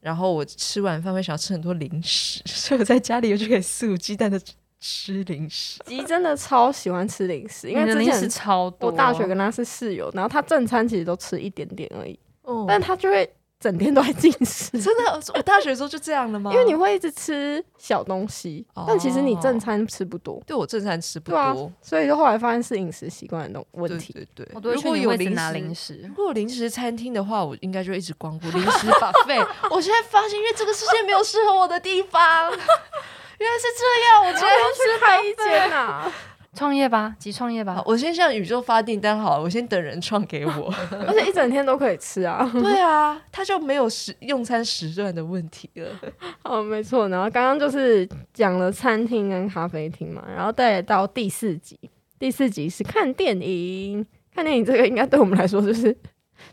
Speaker 4: 然后我吃完饭会想吃很多零食， 所以我在家里我就可以肆无忌惮的吃零食。
Speaker 3: 吉真的超喜欢吃零食，因为
Speaker 2: 你的
Speaker 3: 之
Speaker 2: 零食
Speaker 3: 前
Speaker 2: 超多。哦
Speaker 3: 我大学跟他是室友，然后他正餐其实都吃一点点而已，
Speaker 4: 哦，
Speaker 3: 但他就会整天都在进食
Speaker 4: 真的，我大学的时候就这样了
Speaker 2: 哦
Speaker 4: 吗？
Speaker 3: 因为你会一直吃小东西，但其实你正
Speaker 4: 哦
Speaker 3: 餐吃不多，
Speaker 4: 对我正餐吃不
Speaker 3: 对啊
Speaker 4: 多，
Speaker 3: 所以就后来发现是饮食习惯的东问
Speaker 4: 对
Speaker 3: 题。
Speaker 4: 对对
Speaker 2: 我都会
Speaker 4: 如
Speaker 2: 去
Speaker 4: 果
Speaker 2: 你
Speaker 4: 有
Speaker 2: 位置
Speaker 4: 零
Speaker 2: 拿
Speaker 4: 食
Speaker 2: 零食
Speaker 4: 如。果零食餐厅的话，我应该就一直光顾零食把 费。我现在发现，因为这个世界没有适合我的 地方，原来是这样。我觉得。
Speaker 3: 去开一间啊呐、
Speaker 2: 创业吧，即创业
Speaker 4: 好
Speaker 2: 吧。
Speaker 4: 我先向宇宙发订单好了，我先等人创给 我。
Speaker 3: 而且一整天都可以吃啊。
Speaker 4: 对啊，他就没有时用餐时段的问题 了。
Speaker 3: 哦，没错。然后刚刚就是讲了餐厅跟咖啡厅嘛，然后再到第四集，第四集是看电影。看电影这个应该对我们来说就是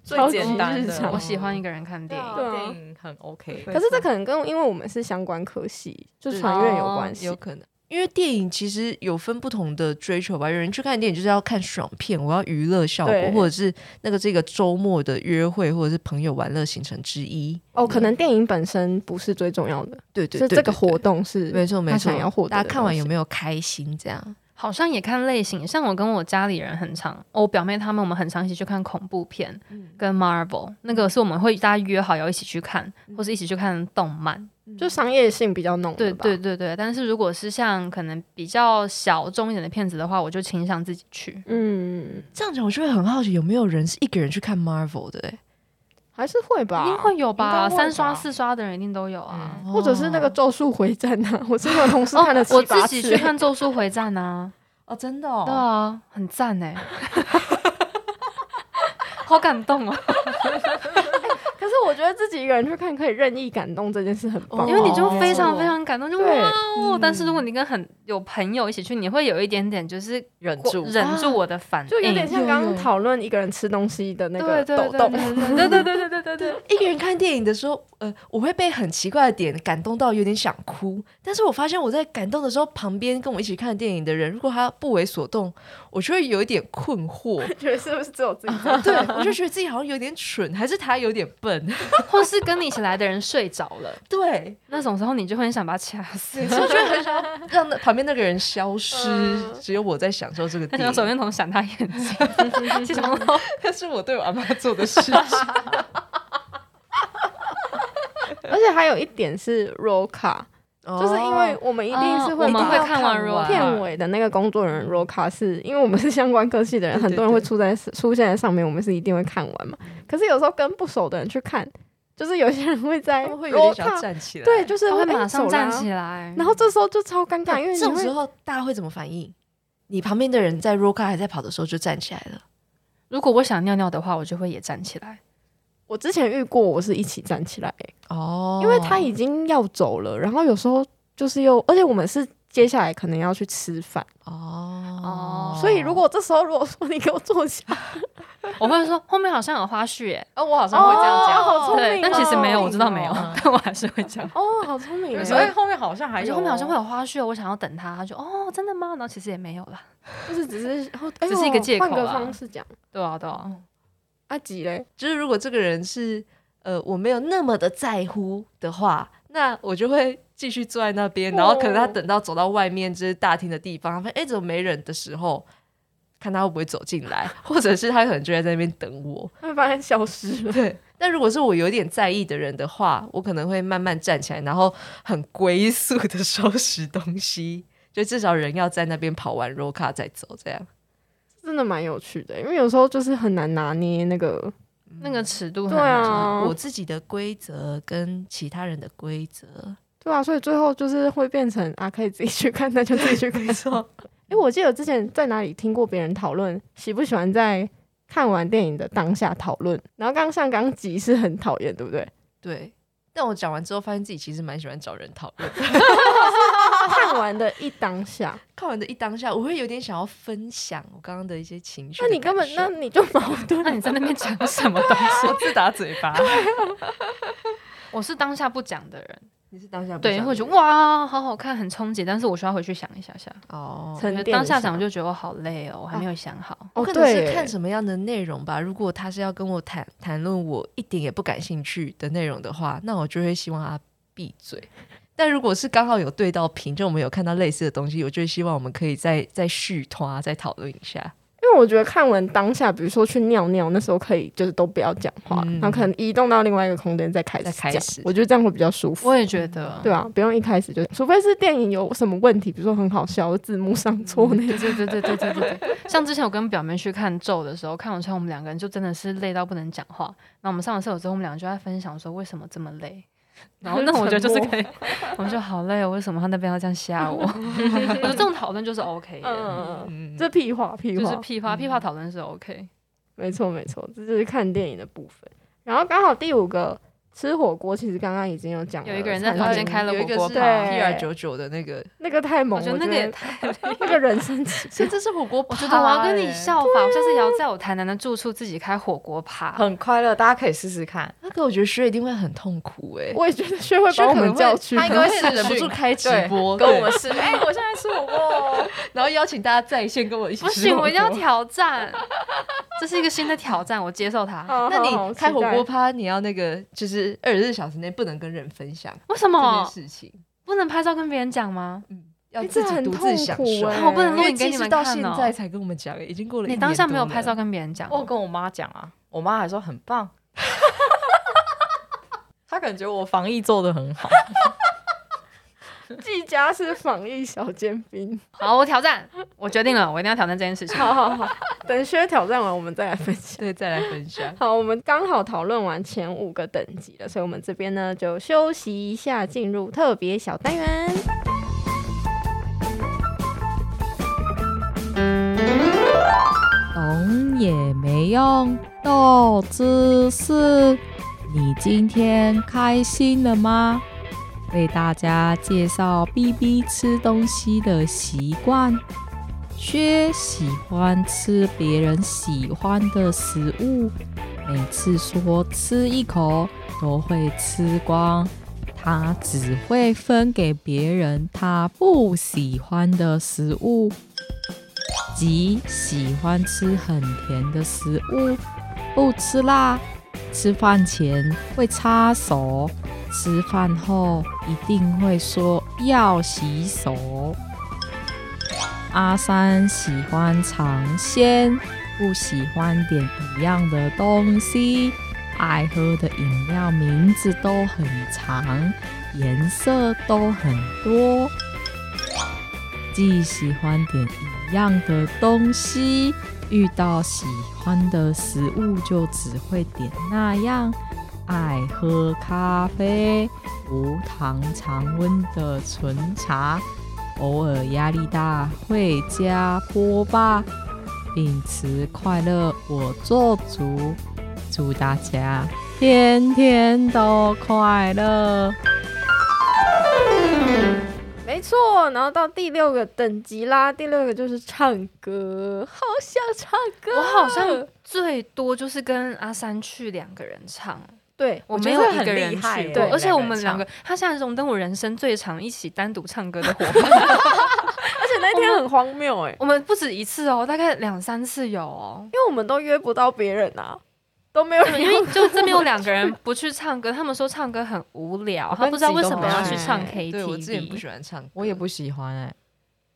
Speaker 4: 最
Speaker 3: 超级
Speaker 4: 简单
Speaker 3: 日
Speaker 4: 的
Speaker 1: 哦
Speaker 3: 常
Speaker 2: 我喜欢一个人看电影，
Speaker 3: 对啊
Speaker 1: 电影很 OK，
Speaker 3: 可是这可能跟因为我们是相关科系，就传院有关系
Speaker 4: 哦有。可能。因为电影其实有分不同的追求吧，有人去看电影就是要看爽片，我要娱乐效
Speaker 3: 对
Speaker 4: 果，或者是那个这个周末的约会，或者是朋友玩乐行程之一。
Speaker 3: 哦，可能电影本身不是最重要的，
Speaker 4: 对对
Speaker 3: 是
Speaker 4: 对
Speaker 3: 这个
Speaker 4: 对对
Speaker 3: 活动是
Speaker 4: 没错没
Speaker 3: 他
Speaker 4: 错，
Speaker 3: 想要获得
Speaker 4: 大
Speaker 3: 的
Speaker 4: 家看完
Speaker 3: 东
Speaker 4: 有
Speaker 3: 西
Speaker 4: 没有开心？这样
Speaker 2: 好像也看类型。像我跟我家里人很常，我表妹他们我们很常一起去看恐怖片，跟 Marvel 那个是我们会大家约好要一起去看，或是一起去看动漫。
Speaker 3: 就商业性比较浓
Speaker 2: 对
Speaker 3: 的吧。
Speaker 2: 对对对，但是如果是像可能比较小众一点的片子的话，我就倾向自己去。
Speaker 3: 嗯，
Speaker 4: 这样讲，我就会很好奇，有没有人是一个人去看 Marvel 的、欸？
Speaker 3: 还是会吧，
Speaker 2: 一定会有
Speaker 1: 应该
Speaker 2: 吧，
Speaker 1: 会吧
Speaker 2: 三刷四刷的人一定都有啊。
Speaker 4: 哎，
Speaker 3: 或者是那个《咒术回战》啊， 我真的有同事看了七
Speaker 2: 哦我
Speaker 3: 八
Speaker 2: 自己
Speaker 3: 次
Speaker 2: 去。看《咒术回战》啊，
Speaker 4: 哦，真的
Speaker 2: 对
Speaker 4: 哦，
Speaker 2: 啊，很赞哎，好感动哦，
Speaker 3: 可是我觉得自己一个人去看可以任意感动这件事很棒，
Speaker 4: 哦
Speaker 2: 因为你就
Speaker 4: 哦
Speaker 2: 非常非常感动，就哇
Speaker 3: 对
Speaker 2: 哦
Speaker 4: 嗯！
Speaker 2: 但是如果你跟很有朋友一起去，你会有一点点就是
Speaker 4: 忍
Speaker 2: 过忍住我的反
Speaker 3: 就有点
Speaker 2: 应。
Speaker 3: 像刚刚讨论一个人吃东西的那个
Speaker 2: 对对
Speaker 3: 抖
Speaker 2: 对对
Speaker 3: 动。
Speaker 2: 对对对对对对对，
Speaker 4: 一个人看电影的时候，呃，我会被很奇怪的点感动到有点想哭。但是我发现我在感动的时候，旁边跟我一起看电影的人，如果他不为所动，我就会有一点 困惑。
Speaker 3: 觉得是不是只有自己？
Speaker 4: 对，我就觉得自己好像有点蠢，还是他有点笨。
Speaker 2: 或是跟你一起来的人睡着了，
Speaker 4: 对，
Speaker 2: 那种时候你就会很想把他掐死，
Speaker 4: 所以我就很想要让那旁边那个人消失，
Speaker 3: 嗯
Speaker 4: 只有我在享受这个
Speaker 2: 他
Speaker 4: 电
Speaker 2: 想手
Speaker 4: 影。
Speaker 2: 电筒闪他眼睛，其实我
Speaker 4: 那是我对我阿妈做的 事情。
Speaker 3: 而且还有一点是 roll 卡，就是因为我们一定
Speaker 2: 哦
Speaker 3: 是
Speaker 2: 哦我
Speaker 3: 会
Speaker 2: 们会
Speaker 3: 把
Speaker 2: 看嗯完
Speaker 4: 看
Speaker 2: roll
Speaker 4: 完
Speaker 3: 片尾的那个工作人员 roll 卡，是因为我们是相关科系的人，
Speaker 4: 对对
Speaker 3: 很多人会出在出现在上面，我们是一定会看完嘛。可是有时候跟不熟的人去看，就是有些人会在
Speaker 4: 他们会有点
Speaker 3: roll
Speaker 4: 想要
Speaker 3: 卡，
Speaker 4: 站起来。
Speaker 3: 对，就是
Speaker 2: 他会
Speaker 3: 哎
Speaker 2: 马上
Speaker 3: 走啦
Speaker 2: 站起来，
Speaker 3: 然后这时候就超尴尬，因为你
Speaker 4: 这种
Speaker 3: 会
Speaker 4: 时候大家会怎么反应？你旁边的人在 roll 还在跑的时候就站起来了。
Speaker 2: 如果我想尿尿的话，我就会也站起来。
Speaker 3: 我之前遇过，我是一起站起来、
Speaker 4: 哦
Speaker 3: 因为他已经要走了，然后有时候就是又，而且我们是接下来可能要去吃饭，
Speaker 4: 哦
Speaker 3: 所以如果这时候如果说你 给我坐下，
Speaker 2: 我会说后面好像有花絮耶，
Speaker 4: 哦，我好像
Speaker 3: 哦
Speaker 4: 会这样讲，
Speaker 3: 好聪明哦
Speaker 2: 对，但其实没有，我知道没有
Speaker 1: 嗯，
Speaker 2: 但我还是会这样。
Speaker 3: 哦，好聪明哦，
Speaker 1: 所以后面好像还
Speaker 2: 我
Speaker 1: 有
Speaker 2: 觉得后面
Speaker 4: 哦
Speaker 2: 好像会有花絮，哦我想要等他，他就哦，真的吗？然后其实也没有啦。
Speaker 3: 就是只是，然后哎呦
Speaker 2: 只是一个借口啊
Speaker 3: 换个方式讲，
Speaker 2: 对啊，对啊，
Speaker 4: 嗯
Speaker 3: 阿吉嘞，
Speaker 4: 就是如果这个人是呃我没有那么的在乎的话，那我就会继续坐在那边，然后可能他等到走到外面就是大厅的地方，他发现哎怎么没人的时候，看他会不会走进来，或者是他可能就在那边等我。
Speaker 3: 他会发现消失 了，
Speaker 4: 对，但如果是我有点在意的人的话，我可能会慢慢站起来，然后很龟速的收拾东西。 就至少人要在那边跑完 roll 卡再走，这样
Speaker 3: 真的蛮有趣的，因为有时候就是很难拿捏那个，
Speaker 2: 那个尺度很
Speaker 3: 对啊
Speaker 4: 我，自己的规则跟其他人的规则，
Speaker 3: 对啊，所以最后就是会变成啊，可以自己去看，那就自己去看
Speaker 4: 没。错，
Speaker 3: 哎、我记得之前在哪里听过别人讨论喜不喜欢在看完电影的当下讨论，然后刚刚像刚急是很讨厌，对不对？
Speaker 4: 对。但我讲完之后，发现自己其实蛮喜欢找人讨论。
Speaker 3: 看完的一当下，
Speaker 4: 看完的一当下，我会有点想要分享我刚刚的一些情绪
Speaker 3: 那
Speaker 4: 的
Speaker 3: 你
Speaker 4: 感受。
Speaker 3: 根本那你就矛盾
Speaker 2: 那 你在那边讲什么东西？
Speaker 4: 我 自打嘴巴，
Speaker 2: 我是当下不讲的人，
Speaker 4: 你是当下不
Speaker 2: 对，
Speaker 4: 想
Speaker 2: 会觉得
Speaker 4: 的
Speaker 2: 哇，好好看，很冲击，但是我需要回去想一下下。
Speaker 4: 哦，
Speaker 3: 沉淀一下
Speaker 2: 当下讲就觉得我好累哦，我还没有想好。
Speaker 3: 哦，
Speaker 4: 可能
Speaker 3: 对
Speaker 4: 是看
Speaker 3: 耶，
Speaker 4: 什么样的内容吧。如果他是要跟我谈谈论我一点也不感兴趣的内容的话，那我就会希望他闭嘴。但如果是刚好有对啊到频，就我们有看到类似的东西，我就会希望我们可以再再续拖，再讨论一下。
Speaker 3: 因为为我觉得看完当下，比如说去尿尿，那时候可以就是都不要讲话，
Speaker 4: 嗯
Speaker 3: 然后可能移动到另外一个空间再开始
Speaker 4: 再开
Speaker 3: 讲
Speaker 4: 始
Speaker 3: 我觉得这样会比较舒服
Speaker 2: 我。也觉得，
Speaker 3: 对啊，不用一开始就，除非是电影有什么问题，比如说很好笑，字幕上错那种。
Speaker 2: 对对对对对对对，像之前我跟表妹去看咒的时候，看完之后我们两个人就真的是累到不能讲话。那我们上完厕所之后，我们两个就在分享说为什么这么累。然后那我觉得就是可以，我们就好累哦，为什么他那边要这样吓我？我 觉得这种讨论就是 OK 的，
Speaker 3: 嗯，
Speaker 4: 嗯
Speaker 3: 这屁话 屁
Speaker 2: 就是
Speaker 3: 话，
Speaker 2: 屁话屁话讨论是 OK。
Speaker 3: 没错没错，这就是看电影的部分。然后刚好第五个吃火锅，其实刚刚已经有讲了，
Speaker 2: 有一个人在
Speaker 3: 餐
Speaker 2: 房
Speaker 3: 厅
Speaker 2: 间开了
Speaker 4: 有一
Speaker 2: 火
Speaker 4: 个
Speaker 2: 锅
Speaker 4: 是
Speaker 2: 吧，
Speaker 3: 对
Speaker 4: P R 九九的那个，
Speaker 3: 那个太猛
Speaker 2: 我
Speaker 3: 了，
Speaker 2: 觉得那个也太累了。
Speaker 3: 那个人生起
Speaker 4: 所以这是火锅
Speaker 2: 我
Speaker 4: 趴欸，
Speaker 2: 觉得我要跟你效法，我下次也要在我台南的住处自己开火锅趴。
Speaker 5: 很快乐，大家可以试试看。
Speaker 4: 那个，我觉得薛一定会很痛苦哎、
Speaker 3: 我也觉得薛会
Speaker 4: 薛
Speaker 3: 把我
Speaker 4: 可能
Speaker 3: 们
Speaker 4: 会
Speaker 3: 叫去，
Speaker 4: 他应该会 忍不
Speaker 5: 视
Speaker 4: 住
Speaker 5: 讯
Speaker 4: 开直
Speaker 5: 对
Speaker 4: 播，
Speaker 5: 跟
Speaker 4: 对
Speaker 5: 我们 试。哎、我现在吃火锅哦，
Speaker 4: 然后邀请大家在线跟我一起
Speaker 2: 不
Speaker 4: 吃火
Speaker 2: 行，
Speaker 4: 锅。
Speaker 2: 我一定要挑战，这是一个新的挑战，我接受它。
Speaker 3: 好
Speaker 4: 那
Speaker 3: 好好
Speaker 4: 你开
Speaker 3: 期
Speaker 4: 火
Speaker 3: 待
Speaker 4: 锅趴，你要那个就是二十四小时内不能跟人分享
Speaker 2: 为什
Speaker 4: 这
Speaker 2: 么
Speaker 3: 哦
Speaker 4: 件事情，
Speaker 2: 不能拍照跟别人讲吗？
Speaker 4: 嗯，要
Speaker 3: 欸
Speaker 4: 自
Speaker 3: 这
Speaker 4: 己
Speaker 3: 很
Speaker 4: 独自
Speaker 3: 痛
Speaker 4: 享
Speaker 3: 苦
Speaker 4: 受。
Speaker 3: 欸
Speaker 2: 啊我不能录
Speaker 4: 因为
Speaker 2: 影给
Speaker 4: 其
Speaker 2: 你
Speaker 4: 实
Speaker 2: 们
Speaker 4: 到
Speaker 2: 看
Speaker 4: 现
Speaker 2: 哦
Speaker 4: 在才跟我们讲，已经过了一
Speaker 2: 你当下
Speaker 4: 年多
Speaker 2: 没有拍
Speaker 4: 了
Speaker 2: 照，跟别人讲，
Speaker 5: 我有跟我妈讲啊，我妈还说很 棒，她感觉得我防疫做的很好。
Speaker 3: 季家是防疫小尖兵。
Speaker 2: 好，我挑战，我决定了，我一定要挑战这件事 情。
Speaker 3: 好好好，等薛挑战完，我们再来分享。。
Speaker 4: 对，再来分享
Speaker 3: 好，我们刚好讨论完前五个等级了，所以我们这边呢就休息一下，进入特别小单元。
Speaker 1: 懂也没用，斗知识。你今天开心了吗？为大家介绍 B B 吃东西的习惯。薛喜欢吃别人喜欢的食物，每次说吃一口都会吃光。他只会分给别人他不喜欢的食物。极喜欢吃很甜的食物，不吃辣。吃饭前会擦手，吃饭后一定会说要洗手。阿三喜欢尝鲜，不喜欢点一样的东西，爱喝的饮料名字都很长，颜色都很多。既喜欢点一样的东西，遇到喜欢的食物就只会点那样。爱喝咖啡，无糖常温的纯茶，偶尔压力大会加波霸，
Speaker 5: 嗯
Speaker 1: 秉持快乐我做主，祝大家天天都快乐。
Speaker 3: 没错，然后到第六个等级啦，第六个就是唱歌，好想唱歌。
Speaker 2: 我好像最多就是跟阿三去两个人唱，
Speaker 3: 对，
Speaker 2: 我
Speaker 5: 觉
Speaker 2: 没
Speaker 5: 得
Speaker 2: 有
Speaker 5: 很
Speaker 2: 一个人
Speaker 5: 厉害
Speaker 2: 去
Speaker 5: 耶
Speaker 2: 过，
Speaker 5: 对
Speaker 2: 而且
Speaker 5: 两
Speaker 2: 我
Speaker 5: 个人
Speaker 2: 们
Speaker 5: 唱
Speaker 2: 两个，他现在荣登我人生最长一起单独唱歌的伙 伴。
Speaker 3: 而且那天很荒谬哎、
Speaker 2: 我们不止一次哦，大概两三次有哦。
Speaker 3: 因为我们都约不到别人啊，都没有 人
Speaker 2: 因为就这边有两个人不去唱歌，他们说唱歌很无聊，他不知道哎为什么要去唱
Speaker 4: 啊对我之前不
Speaker 2: KTV。
Speaker 4: 喜欢唱歌，
Speaker 5: 我也不喜欢哎、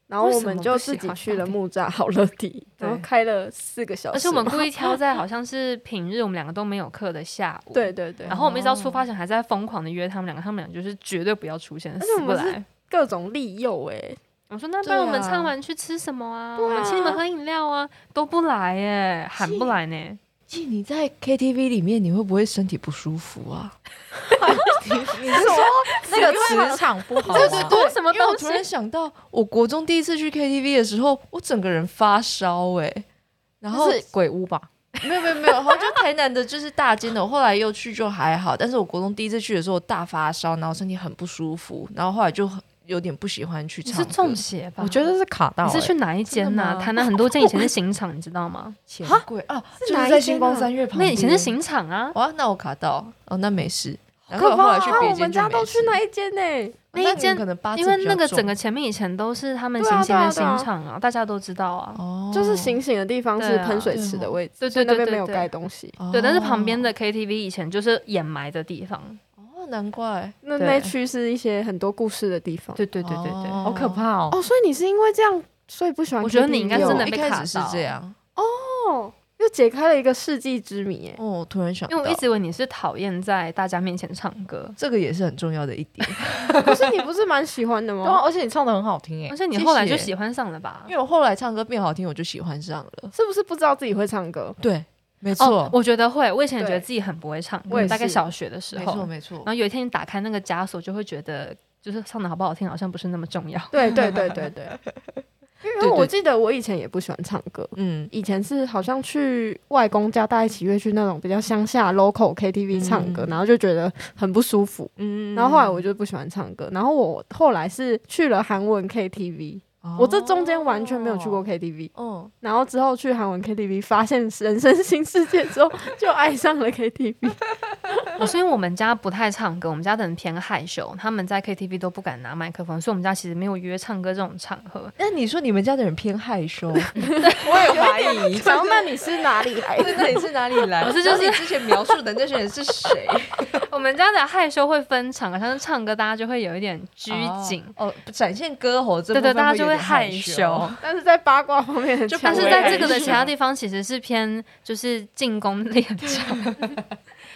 Speaker 3: 然后我
Speaker 2: 为什
Speaker 3: 们
Speaker 2: 么
Speaker 3: 就
Speaker 2: 不
Speaker 3: 自
Speaker 2: 喜
Speaker 3: 己
Speaker 2: 欢
Speaker 3: 去了
Speaker 2: 上帝
Speaker 3: 木栅好乐迪，然后
Speaker 4: 对
Speaker 3: 开了四个小时，
Speaker 2: 而且我们故意挑在好像是平日我们两个都没有课的下午，
Speaker 3: 对对对，
Speaker 2: 然后我们一直到出发前还在疯狂的约他们两个，他们俩就是绝对不要出现，
Speaker 3: 且我
Speaker 2: 死不
Speaker 3: 们是
Speaker 2: 来。
Speaker 3: 各种利诱哎、欸，
Speaker 2: 我说那不然我们
Speaker 4: 对啊
Speaker 2: 唱完去吃什么啊？
Speaker 3: 对啊
Speaker 2: 我们请你们喝饮料啊，都不来耶，喊不来呢。
Speaker 4: 记你在 KTV 里面，你会不会身体不舒服 啊？
Speaker 5: 你是说那个磁场不 好吗？啊
Speaker 4: 对对对，
Speaker 2: 什么
Speaker 4: 因为我
Speaker 2: 东西
Speaker 4: 突然想到，我国中第一次去 KTV 的时候，我整个人发烧哎、然后
Speaker 5: 是鬼屋吧？
Speaker 4: 没有没有没有，然后就台南的就是大间的，我后来又去就还好，但是我国中第一次去的时候我大发烧，然后身体很不舒服，然后后来就很有点不喜欢去
Speaker 2: 你
Speaker 4: 唱
Speaker 2: 是
Speaker 4: 歌。
Speaker 2: 中邪吧？
Speaker 5: 我觉得是卡到、
Speaker 2: 你
Speaker 5: 欸。
Speaker 2: 是去哪一间
Speaker 4: 真的
Speaker 2: 呐？
Speaker 4: 吗
Speaker 2: 台南很多间以前是刑场，你知道 吗？
Speaker 4: 钱柜啊，就是
Speaker 3: 哪
Speaker 4: 在
Speaker 3: 一间
Speaker 4: 星光
Speaker 3: 啊
Speaker 4: 三月旁
Speaker 2: 那
Speaker 4: 边。
Speaker 2: 以前是刑场啊。
Speaker 4: 哇，那我卡到哦，那没事。然后
Speaker 3: 可
Speaker 4: 后
Speaker 3: 怕
Speaker 4: 来去
Speaker 3: 啊！我
Speaker 4: 别
Speaker 3: 们
Speaker 4: 间就
Speaker 3: 家
Speaker 4: 没
Speaker 3: 都去
Speaker 4: 事
Speaker 3: 那一间呢、欸
Speaker 2: 那一
Speaker 4: 你们
Speaker 2: 间
Speaker 4: 可能八字
Speaker 2: 因为
Speaker 4: 比较
Speaker 2: 那个
Speaker 4: 重
Speaker 2: 整个前面以前都是他们
Speaker 3: 对啊
Speaker 2: 行刑的
Speaker 3: 对
Speaker 2: 刑
Speaker 3: 啊对啊
Speaker 2: 场啊，大家都知道啊。
Speaker 4: 哦
Speaker 3: 就是醒醒的地方是
Speaker 2: 对啊
Speaker 3: 喷水池的位置，
Speaker 2: 对
Speaker 3: 所以
Speaker 2: 对
Speaker 3: 那
Speaker 2: 对
Speaker 3: 边没
Speaker 2: 对
Speaker 3: 有
Speaker 2: 对
Speaker 3: 盖东西。
Speaker 4: 哦
Speaker 2: 对，但是旁边的 KTV 以前就是掩埋的地方。
Speaker 4: 哦，难怪
Speaker 3: 那
Speaker 2: 对
Speaker 3: 那区是一些很多故事的地方。
Speaker 2: 对对对对对，
Speaker 5: 好可。怕哦！
Speaker 3: 哦，所以你是因为这样，所以不喜欢 KTV 哦。
Speaker 2: 我觉得你应该真
Speaker 4: 真
Speaker 2: 的
Speaker 4: 的
Speaker 2: 被
Speaker 4: 一开
Speaker 2: 卡
Speaker 4: 始是
Speaker 2: 到
Speaker 4: 这样，
Speaker 3: 哦，哦，又解开了一个世纪之谜哎。
Speaker 4: 哦，我突然想到，
Speaker 2: 因为我一直以为你是讨厌在大家面前唱歌，
Speaker 4: 这个也是很重要的一点，
Speaker 3: 哎可是你不是蛮喜欢的
Speaker 1: 对啊，
Speaker 3: 吗？
Speaker 1: 而且你唱的很好听欸
Speaker 2: 而
Speaker 1: 诶，
Speaker 2: 且你
Speaker 4: 谢
Speaker 2: 后来就
Speaker 4: 谢
Speaker 2: 喜欢上了吧哦
Speaker 4: 因？为我后来唱歌变好听，我就喜欢上了。
Speaker 3: 是不是不知道自己会唱歌？
Speaker 4: 对，没
Speaker 2: 哦
Speaker 4: 错，，
Speaker 2: 我觉得会，我以前也觉得
Speaker 3: 对
Speaker 2: 自己很不会唱
Speaker 3: 我也
Speaker 2: 歌，大概
Speaker 3: 是
Speaker 2: 小学的时
Speaker 4: 没
Speaker 2: 候，
Speaker 4: 错，
Speaker 2: 然
Speaker 4: 没错
Speaker 2: 后。有一天你打开那个枷锁，就会觉得就是唱的好不好听好像不是那么 重要。
Speaker 3: 对对对对对， 因为
Speaker 4: 对对
Speaker 3: 我记得我以前也不喜欢唱歌，
Speaker 4: 嗯，
Speaker 3: 以前是好像去外公家，大家一起约去那种比较乡下 local KTV 唱歌，
Speaker 4: 嗯
Speaker 3: 然后就觉得很不舒服。
Speaker 4: 嗯
Speaker 3: 然后后来我就不喜欢唱歌，然后我后来是去了韩文 KTV，、我这中间完全没有去过 KTV，
Speaker 4: 哦，
Speaker 3: 然后之后去韩文 KTV 发现人生新世界之后，就爱上了 KTV。
Speaker 2: 我是因为我们家不太唱歌，我们家的人偏害羞，他们在 KTV 都不敢拿麦克风，所以我们家其实没有约唱歌这种场合。
Speaker 4: 那哎你说你们家的人偏害羞，
Speaker 1: 我也怀 疑。
Speaker 3: 然后那你是哪里来的？
Speaker 4: 对， 那你是哪里来？
Speaker 2: 我是就是
Speaker 4: 然后你之前描述的那些人是谁？
Speaker 2: 我们家的害羞会分场合，像是唱歌大家就会有一点拘谨，
Speaker 4: 哦，展现歌喉这
Speaker 2: 对
Speaker 4: 部
Speaker 2: 对，
Speaker 4: 分
Speaker 2: 大家就
Speaker 4: 有点
Speaker 2: 害
Speaker 4: 害
Speaker 2: 羞。。
Speaker 3: 但是在八卦方面很
Speaker 4: 就
Speaker 3: 强
Speaker 2: 但是
Speaker 3: 烈，
Speaker 4: 我也
Speaker 2: 在这个的
Speaker 4: 是
Speaker 2: 其他地方其实是偏就是进攻练场，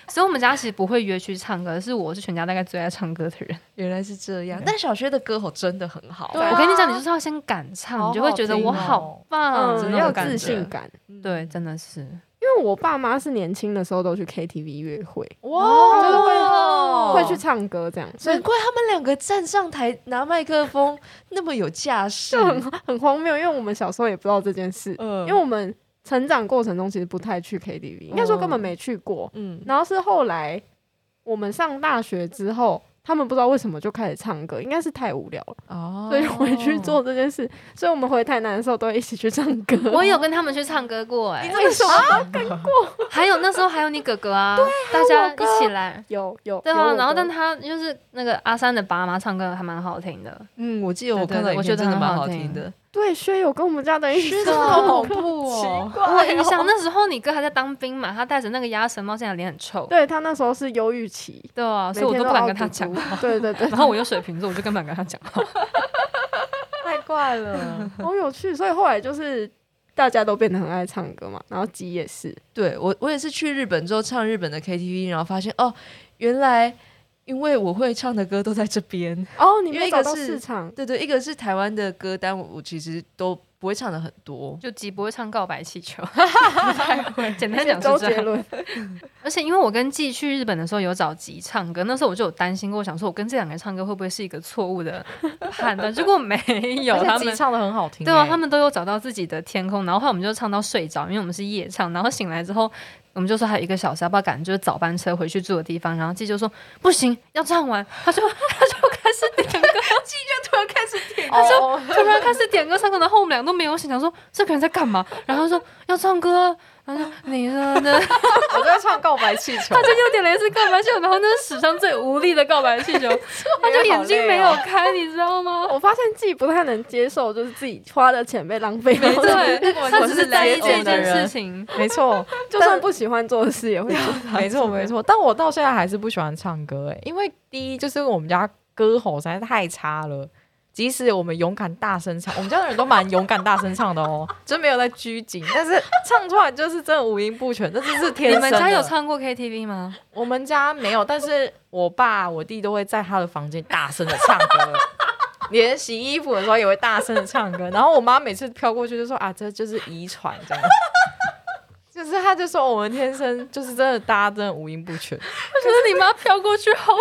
Speaker 2: 所以我们家其实不会约去唱歌，是我是全家大概最爱唱歌的人。
Speaker 4: 原来是这样，但小薛的歌喉真的很好。
Speaker 3: 对啊
Speaker 2: 我跟你讲，你就是要先敢唱，你就会觉得我好棒，
Speaker 3: 哦嗯，
Speaker 2: 那
Speaker 3: 要
Speaker 2: 种
Speaker 3: 有
Speaker 2: 感
Speaker 3: 自
Speaker 2: 觉
Speaker 3: 信。嗯感。
Speaker 4: 嗯
Speaker 2: 对，真的是。
Speaker 3: 因为我爸妈是年轻的时候都去 KTV 约会，
Speaker 1: 哇，
Speaker 3: 就是会、
Speaker 4: 哦
Speaker 3: 会去唱歌这样，所
Speaker 2: 嗯
Speaker 3: 以
Speaker 4: 难怪他们两个站上台拿麦克风那么有架势
Speaker 3: 就，很很荒谬。因为我们小时候也不知道这件事，
Speaker 4: 嗯
Speaker 3: 因为我们成长过程中其实不太去 KTV，应该
Speaker 2: 嗯
Speaker 3: 说根本没去过。
Speaker 4: 嗯，
Speaker 3: 然后是后来我们上大学之后，他们不知道为什么就开始唱歌，应该是太无聊了，
Speaker 4: 哦
Speaker 3: 所以回去做这件事。所以我们回台南的时候都会一起去唱歌。
Speaker 2: 我也有跟他们去唱歌过、哎，
Speaker 3: 为什
Speaker 4: 啊
Speaker 3: 么
Speaker 2: 还有那时候还有你哥哥啊，大家一起来，
Speaker 3: 有有
Speaker 2: 对
Speaker 3: 有
Speaker 2: 啊，
Speaker 3: 我
Speaker 2: 然后
Speaker 3: 哥
Speaker 2: 但他就是那个阿三的爸妈唱歌还蛮好听的，
Speaker 4: 嗯，我记得我
Speaker 2: 对对
Speaker 4: 看到
Speaker 2: 对
Speaker 4: 影
Speaker 2: 我觉
Speaker 4: 片
Speaker 2: 得
Speaker 4: 真的
Speaker 2: 很
Speaker 4: 蛮
Speaker 2: 好
Speaker 4: 好
Speaker 2: 听
Speaker 4: 听的，
Speaker 3: 对，薛有跟我们家的一起
Speaker 4: 真的
Speaker 3: 唱
Speaker 4: 好
Speaker 3: 歌
Speaker 4: 恐怖哦，
Speaker 2: 我有印象，那时候你哥还在当兵嘛，他戴着那个鸭舌帽，现在脸很臭。
Speaker 3: 对他那时候是忧郁期，
Speaker 2: 对啊，所以我都不敢跟他讲话。
Speaker 3: 对对对
Speaker 2: 然，后我又水瓶座，我就更不敢跟他讲话。
Speaker 1: 太怪了。
Speaker 3: 好有趣。所以后来就是大家都变得很爱唱歌嘛，然后吉也是，
Speaker 4: 对我，我也是去日本之后唱日本的 KTV，然后发现哦，原来因为我会唱的歌都在这边。
Speaker 3: 哦，你
Speaker 4: 因
Speaker 3: 没有
Speaker 4: 为一
Speaker 3: 找
Speaker 4: 个
Speaker 3: 到
Speaker 4: 是
Speaker 3: 市场，
Speaker 4: 对对，一个是台湾的歌单，我我其实都不会唱的很多。
Speaker 2: 就吉不会唱《告白气 球》， 简单讲
Speaker 3: 周
Speaker 2: 是这
Speaker 3: 杰
Speaker 2: 样。
Speaker 3: 伦，
Speaker 2: 而且因为我跟季去日本的时候有找吉唱歌，那时候我就有担心过，想说我跟这两个人唱歌会不会是一个错误的判断？ 结果没有，他
Speaker 1: 而且
Speaker 2: 们
Speaker 1: 己唱的很好听欸。
Speaker 2: 对啊，他们都有找到自己的天空，然后后来我们就唱到睡着，因为我们是夜唱，然后醒来之后，我们就说哎还有一个小时，要不要赶就是早班车回去住的地方？然后季就说不行，要唱完， 他就他就开始点歌， 季就突然开始点歌，他就突然开始点歌唱歌，然后我们俩都没有醒，想说这个人在干嘛？然后他说要唱歌啊。然后说你呢？呢
Speaker 1: 我在唱《告白气球
Speaker 2: 他》就又点了一次告白气球，然后那是史上最无力的告白气 球，他就眼睛没有开，你知道 吗？
Speaker 3: 我发现自己不太能接受，就是自己花的钱被浪费了，
Speaker 2: 对， 他只是在意这
Speaker 1: 那个
Speaker 2: 件
Speaker 1: 人
Speaker 2: 事情。
Speaker 1: 没 错，
Speaker 3: 就算不喜欢做 的事也会。
Speaker 1: 没错，没错。但我到现在还是不喜欢唱歌、欸，因为第一就是我们家歌喉实在太差了。即使我们勇敢大声唱，我们家的人都蛮勇敢大声唱的哦，就没有在拘谨，但是唱出来就是真的五音不全，这就是天
Speaker 2: 你
Speaker 1: 生的。
Speaker 2: 们家有唱过 KTV 吗？
Speaker 1: 我们家没有，但是我爸、我弟都会在他的房间大声的唱歌，连洗衣服的时候也会大声的唱歌。然后我妈每次飘过去就说：“啊，这就是遗传，这 样。”就是他就说我们天生就是真的，大家真的五音不全。
Speaker 2: 可是你妈飘过去好好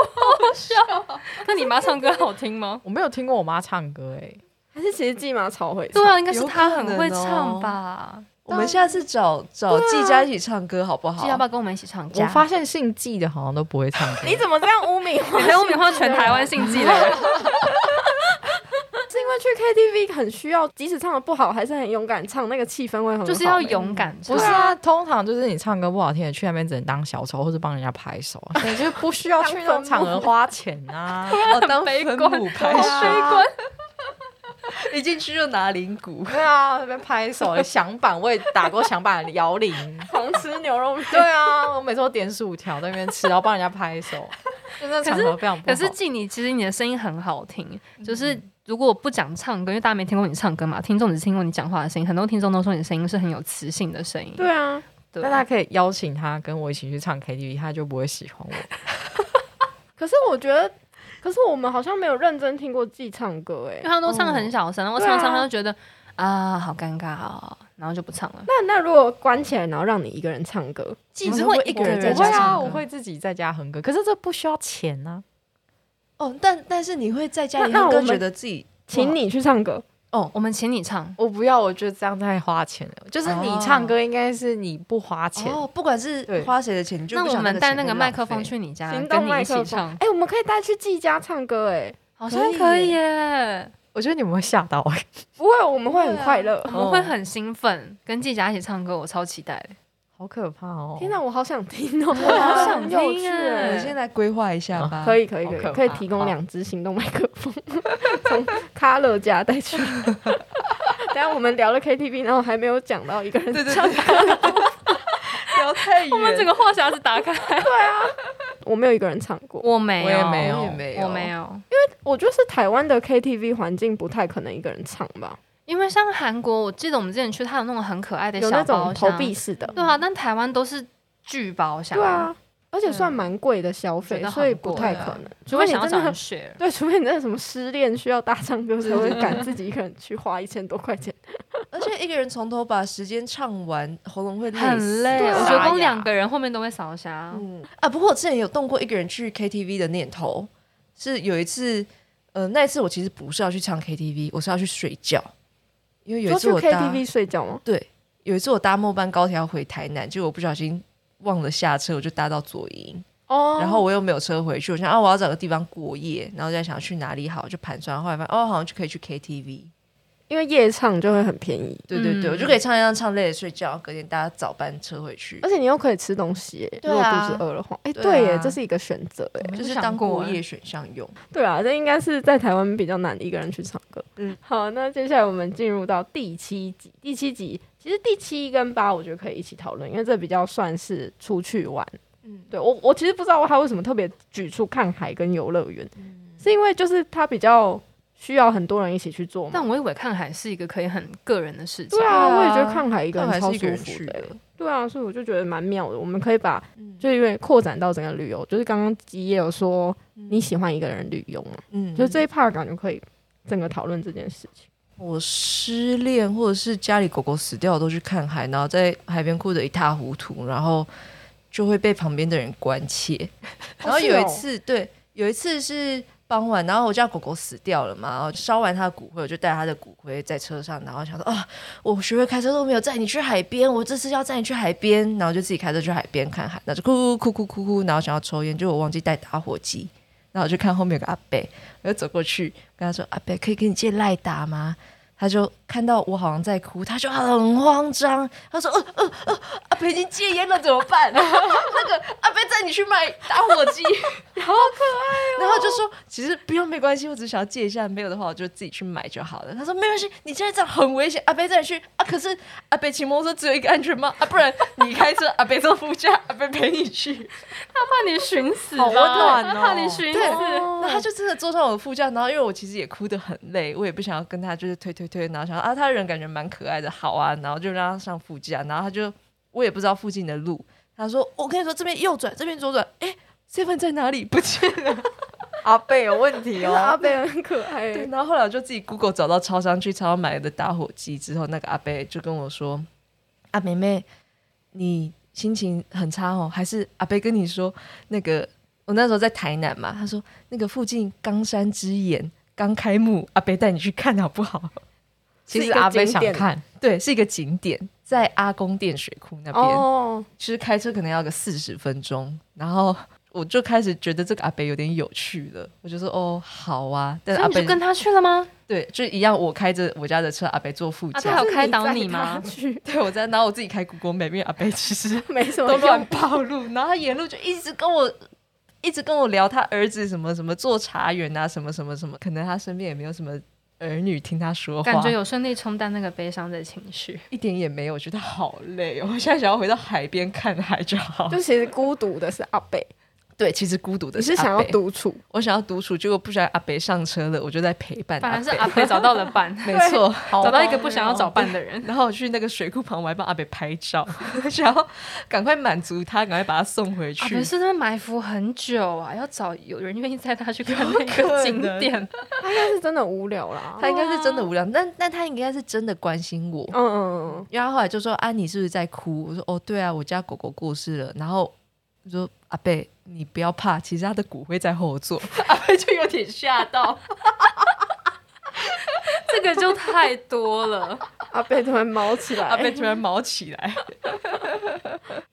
Speaker 2: 笑。 那你妈唱歌好听吗？
Speaker 1: 我没有听过我妈唱歌、欸，
Speaker 3: 还是其实季马炒回
Speaker 2: 对啊，应该是她
Speaker 4: 有
Speaker 2: 很
Speaker 4: 可
Speaker 2: 会
Speaker 4: 能哦
Speaker 2: 唱吧。
Speaker 4: 我们下次找找季佳一起唱歌好不好？
Speaker 2: 要不要跟我们一起唱？啊
Speaker 1: 我发现姓季的好像都不会唱歌。
Speaker 3: 你怎么这样污 名化？啊
Speaker 2: 你在欧美化全台湾姓纪的人，
Speaker 3: 是因为去 KTV 很需要，即使唱的不好，还是很勇敢唱，那个气氛会很好
Speaker 2: 就是要勇敢唱。
Speaker 1: 不是啊，通常就是你唱歌不好听的，去那边只能当小丑或者帮人家拍 手，所以就不需要去那种场合花钱啊。
Speaker 4: 哦，当
Speaker 2: 悲
Speaker 4: 分
Speaker 2: 观
Speaker 4: 母拍
Speaker 2: 好
Speaker 4: 手，
Speaker 3: 啊
Speaker 2: 悲观。
Speaker 4: 一进去就拿铃鼓。
Speaker 1: 对啊，那边拍手，响板我也打过响板的摇 铃。
Speaker 3: 狂吃 牛肉面。
Speaker 1: 对啊，我每次都点薯条在那边吃，然后 帮人家拍手，真的场合非常不
Speaker 2: 可
Speaker 1: 好。
Speaker 2: 是纪，你其实你的声音很好听，就是如果不讲唱歌，因为大家没听过你唱歌嘛，听众只听过你讲话的声音，很多听众都说你的声音是很有磁性的声音。
Speaker 3: 对啊，
Speaker 2: 对，嗯
Speaker 1: 但他可以邀请他跟我一起去唱 KTV，他就不会喜欢我。
Speaker 3: 可是我觉得，可是我们好像没有认真听过自己唱歌哎
Speaker 2: 因为。他们都唱很小声，然后我
Speaker 3: 对啊
Speaker 2: 唱一唱他就觉得啊好尴尬哦，然后就不唱了。
Speaker 3: 那那如果关起来，然后让你一个人唱歌，
Speaker 4: 你
Speaker 2: 你
Speaker 4: 只
Speaker 2: 是
Speaker 4: 会
Speaker 2: 会
Speaker 4: 一
Speaker 2: 一
Speaker 4: 个
Speaker 2: 个
Speaker 4: 人
Speaker 2: 人
Speaker 4: 在
Speaker 1: 我会
Speaker 2: 在
Speaker 4: 家
Speaker 1: 啊，
Speaker 2: 家
Speaker 4: 唱
Speaker 1: 我
Speaker 4: 歌
Speaker 1: 会自己在家哼歌，可是这不需要钱啊。
Speaker 4: 哦，但但是你会在家里
Speaker 3: 那那
Speaker 4: 哼
Speaker 3: 我
Speaker 4: 歌，
Speaker 3: 们
Speaker 4: 觉得自己哦
Speaker 3: 请你去唱歌，
Speaker 2: 我们请你唱，
Speaker 1: 我不要，我觉得这样太花钱了。就是你唱歌应该是你不花钱，
Speaker 4: 哦，不管是
Speaker 1: 对
Speaker 4: 花谁的钱，你就
Speaker 2: 那
Speaker 4: 不
Speaker 2: 我
Speaker 4: 想
Speaker 2: 们带那
Speaker 4: 钱
Speaker 2: 个
Speaker 4: 被
Speaker 2: 麦
Speaker 4: 浪
Speaker 2: 克风
Speaker 4: 费。
Speaker 2: 去你家
Speaker 3: 行
Speaker 2: 啊跟
Speaker 3: 动
Speaker 2: 你
Speaker 3: 麦
Speaker 2: 一
Speaker 3: 克
Speaker 2: 起
Speaker 3: 风。
Speaker 2: 唱
Speaker 3: 哎、，我们可以带去季家唱歌哎，
Speaker 2: 好像
Speaker 4: 可
Speaker 2: 可
Speaker 4: 以
Speaker 2: 以耶，
Speaker 1: 我觉得你们会吓到哎、
Speaker 3: 不会，我们会很快乐。
Speaker 2: 我们会很兴奋，跟季佳一起唱歌，我超期待的。
Speaker 1: 好可怕哦！
Speaker 3: 天哪，我好想听哦，我
Speaker 2: 好想
Speaker 3: 很
Speaker 2: 听
Speaker 3: 有趣
Speaker 2: 哎
Speaker 4: 啊我们
Speaker 3: 哎。
Speaker 4: 先来规划一下
Speaker 1: 哦
Speaker 4: 吧。
Speaker 3: 可以可以可
Speaker 1: 好可
Speaker 3: 以，
Speaker 1: 怕
Speaker 3: 可以提供两只行动麦克风，从卡乐家带 去。等一下我们聊了 KTV，然后还没有讲到一个人
Speaker 4: 对对
Speaker 3: 唱
Speaker 4: 对，不要太远。
Speaker 2: 我们整个话匣子打开，
Speaker 3: 我没有一个人唱过，
Speaker 2: 我没
Speaker 1: 我也
Speaker 2: 有，
Speaker 1: 没有
Speaker 4: 我也没有，
Speaker 2: 我没。有，
Speaker 3: 我觉得是台湾的 KTV 环境不太可能一个人唱吧，
Speaker 2: 因为像韩国，我记得我们之前去，它有那种很可爱的
Speaker 3: 有
Speaker 2: 小
Speaker 3: 那
Speaker 2: 包
Speaker 3: 种投
Speaker 2: 厢，
Speaker 3: 币式的，
Speaker 2: 对啊，但台湾都是巨包厢，
Speaker 3: 对，啊，而且
Speaker 2: 对啊
Speaker 3: 算蛮贵的消费
Speaker 2: 觉，得
Speaker 3: 所以
Speaker 2: 很
Speaker 3: 不
Speaker 2: 贵
Speaker 3: 太
Speaker 2: 啊
Speaker 3: 可能，除
Speaker 2: 除
Speaker 3: 非
Speaker 2: 非
Speaker 3: 你
Speaker 2: 想要
Speaker 3: 真的
Speaker 2: 找 人
Speaker 3: 很。
Speaker 2: 学。
Speaker 3: 对，除非你真的什么失恋需要大唱歌才会敢自己一个人去花一千多块钱。
Speaker 4: 而且一个人从头把时间唱完，喉咙会累死
Speaker 2: 很累，
Speaker 3: 对啊
Speaker 2: 我
Speaker 1: 沙
Speaker 2: 觉得
Speaker 1: 哑
Speaker 2: 光两个人后面都会烧瞎。
Speaker 4: 嗯啊，不过我之前有动过一个人去 KTV 的念头，是有一次，呃，那一次我其实不是要去唱 KTV，我是要去睡觉，因为有一
Speaker 3: 说
Speaker 4: 次
Speaker 3: 去
Speaker 4: 我搭
Speaker 3: KTV 睡觉吗？
Speaker 4: 对，有一次我搭末班高铁要回台南，结果我不小心忘了下车，我就搭到左营，
Speaker 3: 哦
Speaker 4: 然后我又没有车回去，我想啊我要找个地方过夜，然后在想去哪里好，就盘算，后来发现哦好像就可以去 KTV，
Speaker 3: 因为夜唱就会很便宜，
Speaker 4: 对对对，
Speaker 2: 嗯
Speaker 4: 我就可以唱一唱，唱累了睡觉，隔天搭早班车回去
Speaker 3: 而，且你又可以吃东西耶，
Speaker 4: 对
Speaker 3: 如果
Speaker 4: 啊
Speaker 3: 肚子饿的话，哎、
Speaker 4: 对啊
Speaker 3: 对耶，这是一个选择哎。
Speaker 2: 我没
Speaker 4: 就
Speaker 2: 有
Speaker 4: 是
Speaker 2: 想
Speaker 4: 当
Speaker 2: 过
Speaker 4: 过
Speaker 2: 欸
Speaker 4: 夜选项用。
Speaker 3: 对啊，这应该是在台湾比较难一个人去唱歌。
Speaker 4: 嗯
Speaker 3: 嗯，好，那接下来我们进入到第七集。第七集其实第七跟八我觉得可以一起讨论，因为这比较算是出去玩。
Speaker 4: 嗯
Speaker 3: 嗯，对我我其实不知道他为什么特别举出看海跟游乐园，是因为就是他比较需要很多人一起去做嘛。
Speaker 2: 但我以为看海是一个可以很个人的事情
Speaker 3: 对，啊，
Speaker 4: 对啊
Speaker 3: 我也觉得看海一个
Speaker 4: 但还
Speaker 3: 人超
Speaker 4: 是一
Speaker 3: 舒
Speaker 4: 个人
Speaker 3: 服
Speaker 4: 去
Speaker 3: 的
Speaker 4: 的
Speaker 3: 欸。，对啊，所以我就觉得蛮妙的。我们可以把
Speaker 4: 嗯
Speaker 3: 就因为扩展到整个旅游，就是刚刚吉也有说你喜欢一个人旅游嘛，
Speaker 4: 嗯
Speaker 3: 就这一 part 感觉可以整个讨论这件事情。
Speaker 4: 我失恋或者是家里狗狗死掉，我都去看海，然后在海边哭得一塌糊涂，然后就会被旁边的人关切。 然后有一次，对，有一次是傍晚，然后我家狗狗死掉了嘛，然后烧完它的骨灰，我就带它的骨灰在车上，然后想说啊，我学会开车都没有载你去海边，我这次要载你去海边，然后就自己开车去海边看海，那就哭哭哭哭哭，然后想要抽烟，就我忘记带打火机。然后我就看后面有个阿贝，我就走过去跟他说：“阿贝，可以跟你借赖打吗？”他就看到我好像在哭，他就很慌张，他说：“呃呃呃，阿北已经戒烟了，怎么办？ 那个阿北载你去买打火机， 好可爱、哦。”然后就说：“其实不用，没关系，我只是想要戒一下，没有的话我就自己去买就好了。”他说：“没关系，你现在这样很危险，阿北载你去啊，可是阿北骑摩托车只有一个安全帽啊，不然你开车，阿北坐副驾，阿北陪你去。
Speaker 2: 怕你寻死吧，
Speaker 1: 好温暖哦
Speaker 2: 他怕你寻死。
Speaker 4: 对
Speaker 3: 哦
Speaker 4: 那他就真的坐上我的副驾，然后因为我其实也哭得很累，我也不想要跟他就是推推推，然后想说啊，他人感觉蛮可爱的，好啊，然后就让他上副驾，然后他就我也不知道附近的路，他说我跟你说这边右转，这边左转，哎，seven 在哪里不见了？
Speaker 1: 阿贝有问题哦
Speaker 3: 可是阿。贝很可爱
Speaker 4: 对，
Speaker 3: 欸，
Speaker 4: 然后后来我就自己 Google 找到超商去超商买了打火机之后，那个阿伯就跟我说：“啊，妹妹，你心情很差哦，还是阿伯跟你说那个我那时候在台南嘛，他说那个附近冈山之眼刚开幕，阿伯带你去看好不好？
Speaker 1: 其实阿贝想
Speaker 3: 是一个
Speaker 1: 看，
Speaker 4: 对，是一个景点，在阿公店水库那边。
Speaker 3: 哦，
Speaker 4: 其实开车可能要个四十分钟，然后我就开始觉得这个阿伯有点有趣了，我就说哦好啊，但是
Speaker 2: 所以
Speaker 4: 阿
Speaker 2: 你
Speaker 4: 伯
Speaker 2: 就跟他去了吗？
Speaker 4: 对，就一样，我开着我家的车，阿北坐副
Speaker 2: 啊，
Speaker 4: 驾。
Speaker 2: 他有开导你吗
Speaker 3: 还是？载他去
Speaker 4: 对，我在，然后我自己开 Google Map，因为阿北 其实
Speaker 3: 没什么
Speaker 4: 都乱
Speaker 3: 用，
Speaker 4: 暴露，然后他沿路就一直跟我，一直跟我聊他儿子什么什么做茶园啊，什么什么什么，可能他身边也没有什么儿女听他说话，
Speaker 2: 感觉有顺利冲淡那个悲伤的情绪。
Speaker 4: 一点也没有，我觉得 好累哦。我现在想要回到海边看海就好。
Speaker 3: 就其实孤独的是阿贝，
Speaker 4: 对，其实孤独的
Speaker 3: 你是
Speaker 4: 阿
Speaker 3: 想要
Speaker 4: 北，
Speaker 3: 独处，
Speaker 4: 我想要独处，结果不小心阿北上车了，我就在陪伴
Speaker 2: 反
Speaker 4: 阿
Speaker 2: 而是
Speaker 4: 北。
Speaker 2: 阿飞找到了伴，
Speaker 4: 没错，
Speaker 2: 找到一个不想要找伴的 人。
Speaker 4: 然后我去那个水库旁，我还帮阿北拍照， 想要赶快满足他，赶快把他送回
Speaker 2: 阿
Speaker 4: 去。
Speaker 2: 飞是在埋伏很久啊，要找有人愿意带他去看 那个景点。
Speaker 3: 他应该是真的无聊啦。
Speaker 4: 他应该是真的无聊，但但他应该是真的关心我
Speaker 3: 嗯，嗯嗯，
Speaker 4: 因为他后来就说：“啊，你是不是在哭？”我说：“哦，对啊，我家狗狗过世了。”然后我说：“阿贝，你不要怕，其实他的骨灰在后座。” 阿贝就有点吓到，
Speaker 2: 这个就太多 了。
Speaker 3: 阿贝突然毛起来，
Speaker 4: 阿贝突然毛起来。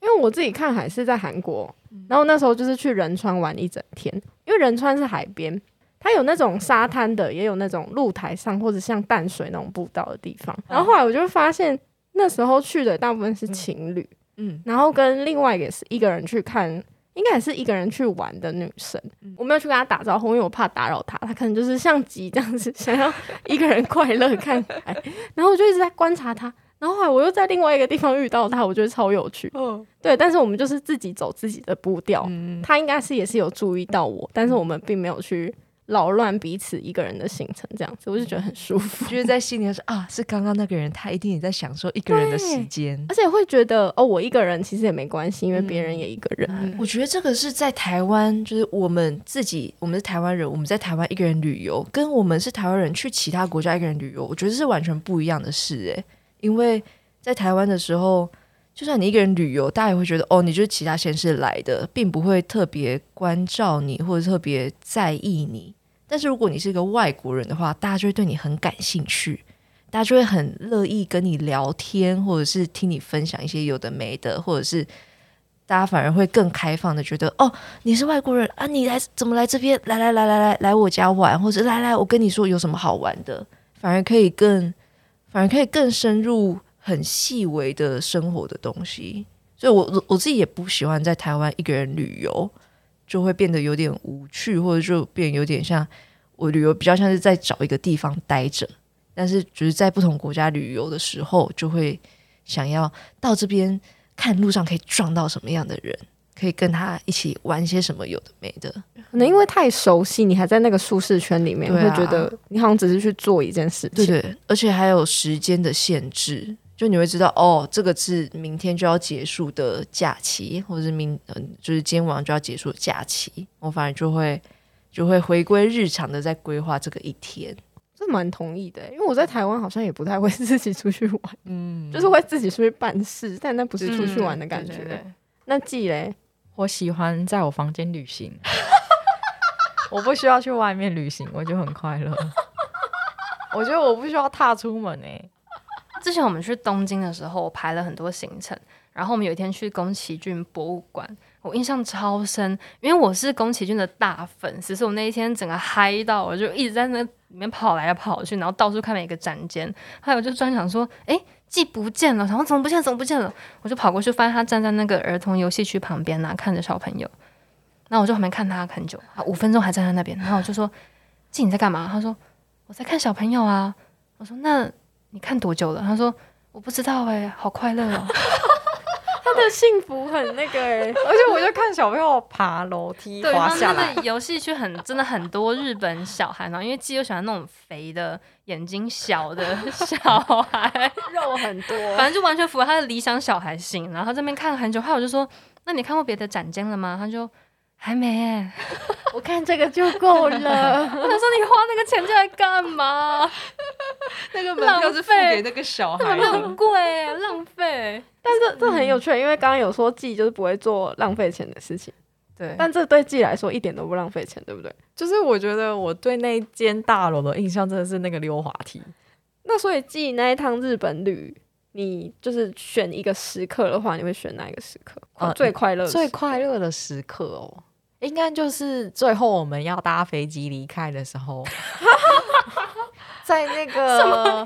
Speaker 3: 因为我自己看海是在韩国，
Speaker 4: 嗯
Speaker 3: 然后那时候就是去仁川玩一整天，因为仁川是海边，它有那种沙滩的，也有那种露台上或者像淡水那种步道的地
Speaker 4: 嗯
Speaker 3: 方。然后后来我就发现，那时候去的大部分是情侣，
Speaker 4: 嗯，
Speaker 3: 然后跟另外一个也是一个人去看，应该也是一个人去玩的女生。
Speaker 4: 嗯
Speaker 3: 我没有去跟她打招呼，因为我怕打扰她，她可能就是像急这样子，想要一个人快乐看海。然后我就一直在观察她，然后后来我又在另外一个地方遇到她，我觉得超有趣。
Speaker 4: 哦，
Speaker 3: 对，但是我们就是自己走自己的步调。
Speaker 4: 嗯，
Speaker 3: 他应该是也是有注意到我，但是我们并没有去扰乱彼此一个人的行程，这样子我就觉得很舒服，
Speaker 4: 就是在心里说啊，是刚刚那个人，他一定也在享受一个人的时间。
Speaker 3: 而且会觉得哦，我一个人其实也没关系，因为别人也一个人。
Speaker 4: 我觉得这个是在台湾，就是我们自己，我们是台湾人，我们在台湾一个人旅游，跟我们是台湾人去其他国家一个人旅游，我觉得是完全不一样的事诶、因为在台湾的时候，就算你一个人旅游，大家也会觉得哦，你就是其他县市来的，并不会特别关照你或者特别在意你。但是如果你是一个外国人的话，大家就会对你很感兴趣，大家就会很乐意跟你聊天，或者是听你分享一些有的没的，或者是大家反而会更开放的觉得，哦，你是外国人啊，你来怎么来这边？来来来来来来我家玩，或者来来我跟你说有什么好玩的，反而可以更，反而可以更深入很细微的生活的东西。所以我，我我自己也不喜欢在台湾一个人旅游，就会变得有点无趣，或者就变有点像我旅游比较像是在找一个地方待着，但是就是在不同国家旅游的时候，就会想要到这边看路上可以撞到什么样的人，可以跟他一起玩些什么有的没的。
Speaker 3: 可能因为太熟悉，你还在那个舒适圈里面，
Speaker 4: 对啊
Speaker 3: 会觉得你好像只是去做一件事情。
Speaker 4: 对对，而且还有时间的限制，就你会知道哦，这个是明天就要结束的假期，或者是明嗯、就是今天晚上就要结束的假期，我反而就会就会回归日常的在规划这个一天。
Speaker 3: 这蛮同意的、因为我在台湾好像也不太会自己出去玩，嗯，就是会自己出去办事，但那不是
Speaker 4: 嗯
Speaker 3: 出去玩的感觉。
Speaker 2: 对对对
Speaker 3: 那季嘞，
Speaker 1: 我喜欢在我房间旅行， 我不需要去外面旅行，我就很快 乐。我觉得我不需要踏出门欸诶、
Speaker 2: 之前我们去东京的时候，我排了很多行程，然后我们有一天去宫崎骏博物馆，我印象超深，因为我是宫崎骏的大粉丝，所以我那一天整个嗨到，我就一直在那里面跑来跑去，然后到处看每一个展间，还有就专想说，诶，既不见了，然后怎么不见，怎么不见了？我就跑过去，发现他站在那个儿童游戏区旁边呐、啊看着小朋友。那我就旁边看他很久，啊，五分钟还站在那边，然后我就说：“季你在干嘛？”他说：“我在看小朋友啊。”我说：“那你看多久了？”他说：“我不知道哎、好快乐 哦。
Speaker 3: 他的幸福很那个、 欸，
Speaker 1: 而且我就看小朋友爬楼”梯
Speaker 2: 对，
Speaker 1: 滑
Speaker 2: 然后
Speaker 1: 下
Speaker 2: 那
Speaker 1: 来，
Speaker 2: 个游戏区很真的很多日本小孩嘛，因为季又喜欢那种肥的、眼睛小的小 孩，
Speaker 3: 肉很多，
Speaker 2: 反正就完全符合他的理想小孩型。然后他这边看了很久，后来我就说：“那你看过别的展间了吗？”他就。还没欸、
Speaker 3: 我看这个就够了。
Speaker 2: 我想说你花那个钱进来干嘛？
Speaker 4: 那个
Speaker 2: 门票是付给
Speaker 4: 那个小
Speaker 2: 那么浪贵欸、浪费。
Speaker 3: 但这这很有趣，因为刚刚有说季就是不会做浪费钱的事情，
Speaker 4: 对，
Speaker 3: 但这对季来说一点都不浪费钱，对不对？
Speaker 1: 就是我觉得我对那间大楼的印象真的是那个溜滑梯，
Speaker 3: 那所以季那一趟日本旅，你就是选一个时刻的话，你会选哪一个时刻？哦
Speaker 1: 呃
Speaker 3: 最快乐的时刻
Speaker 1: 最快乐的时刻哦，应该就是最后我们要搭飞机离开的时 候，在那个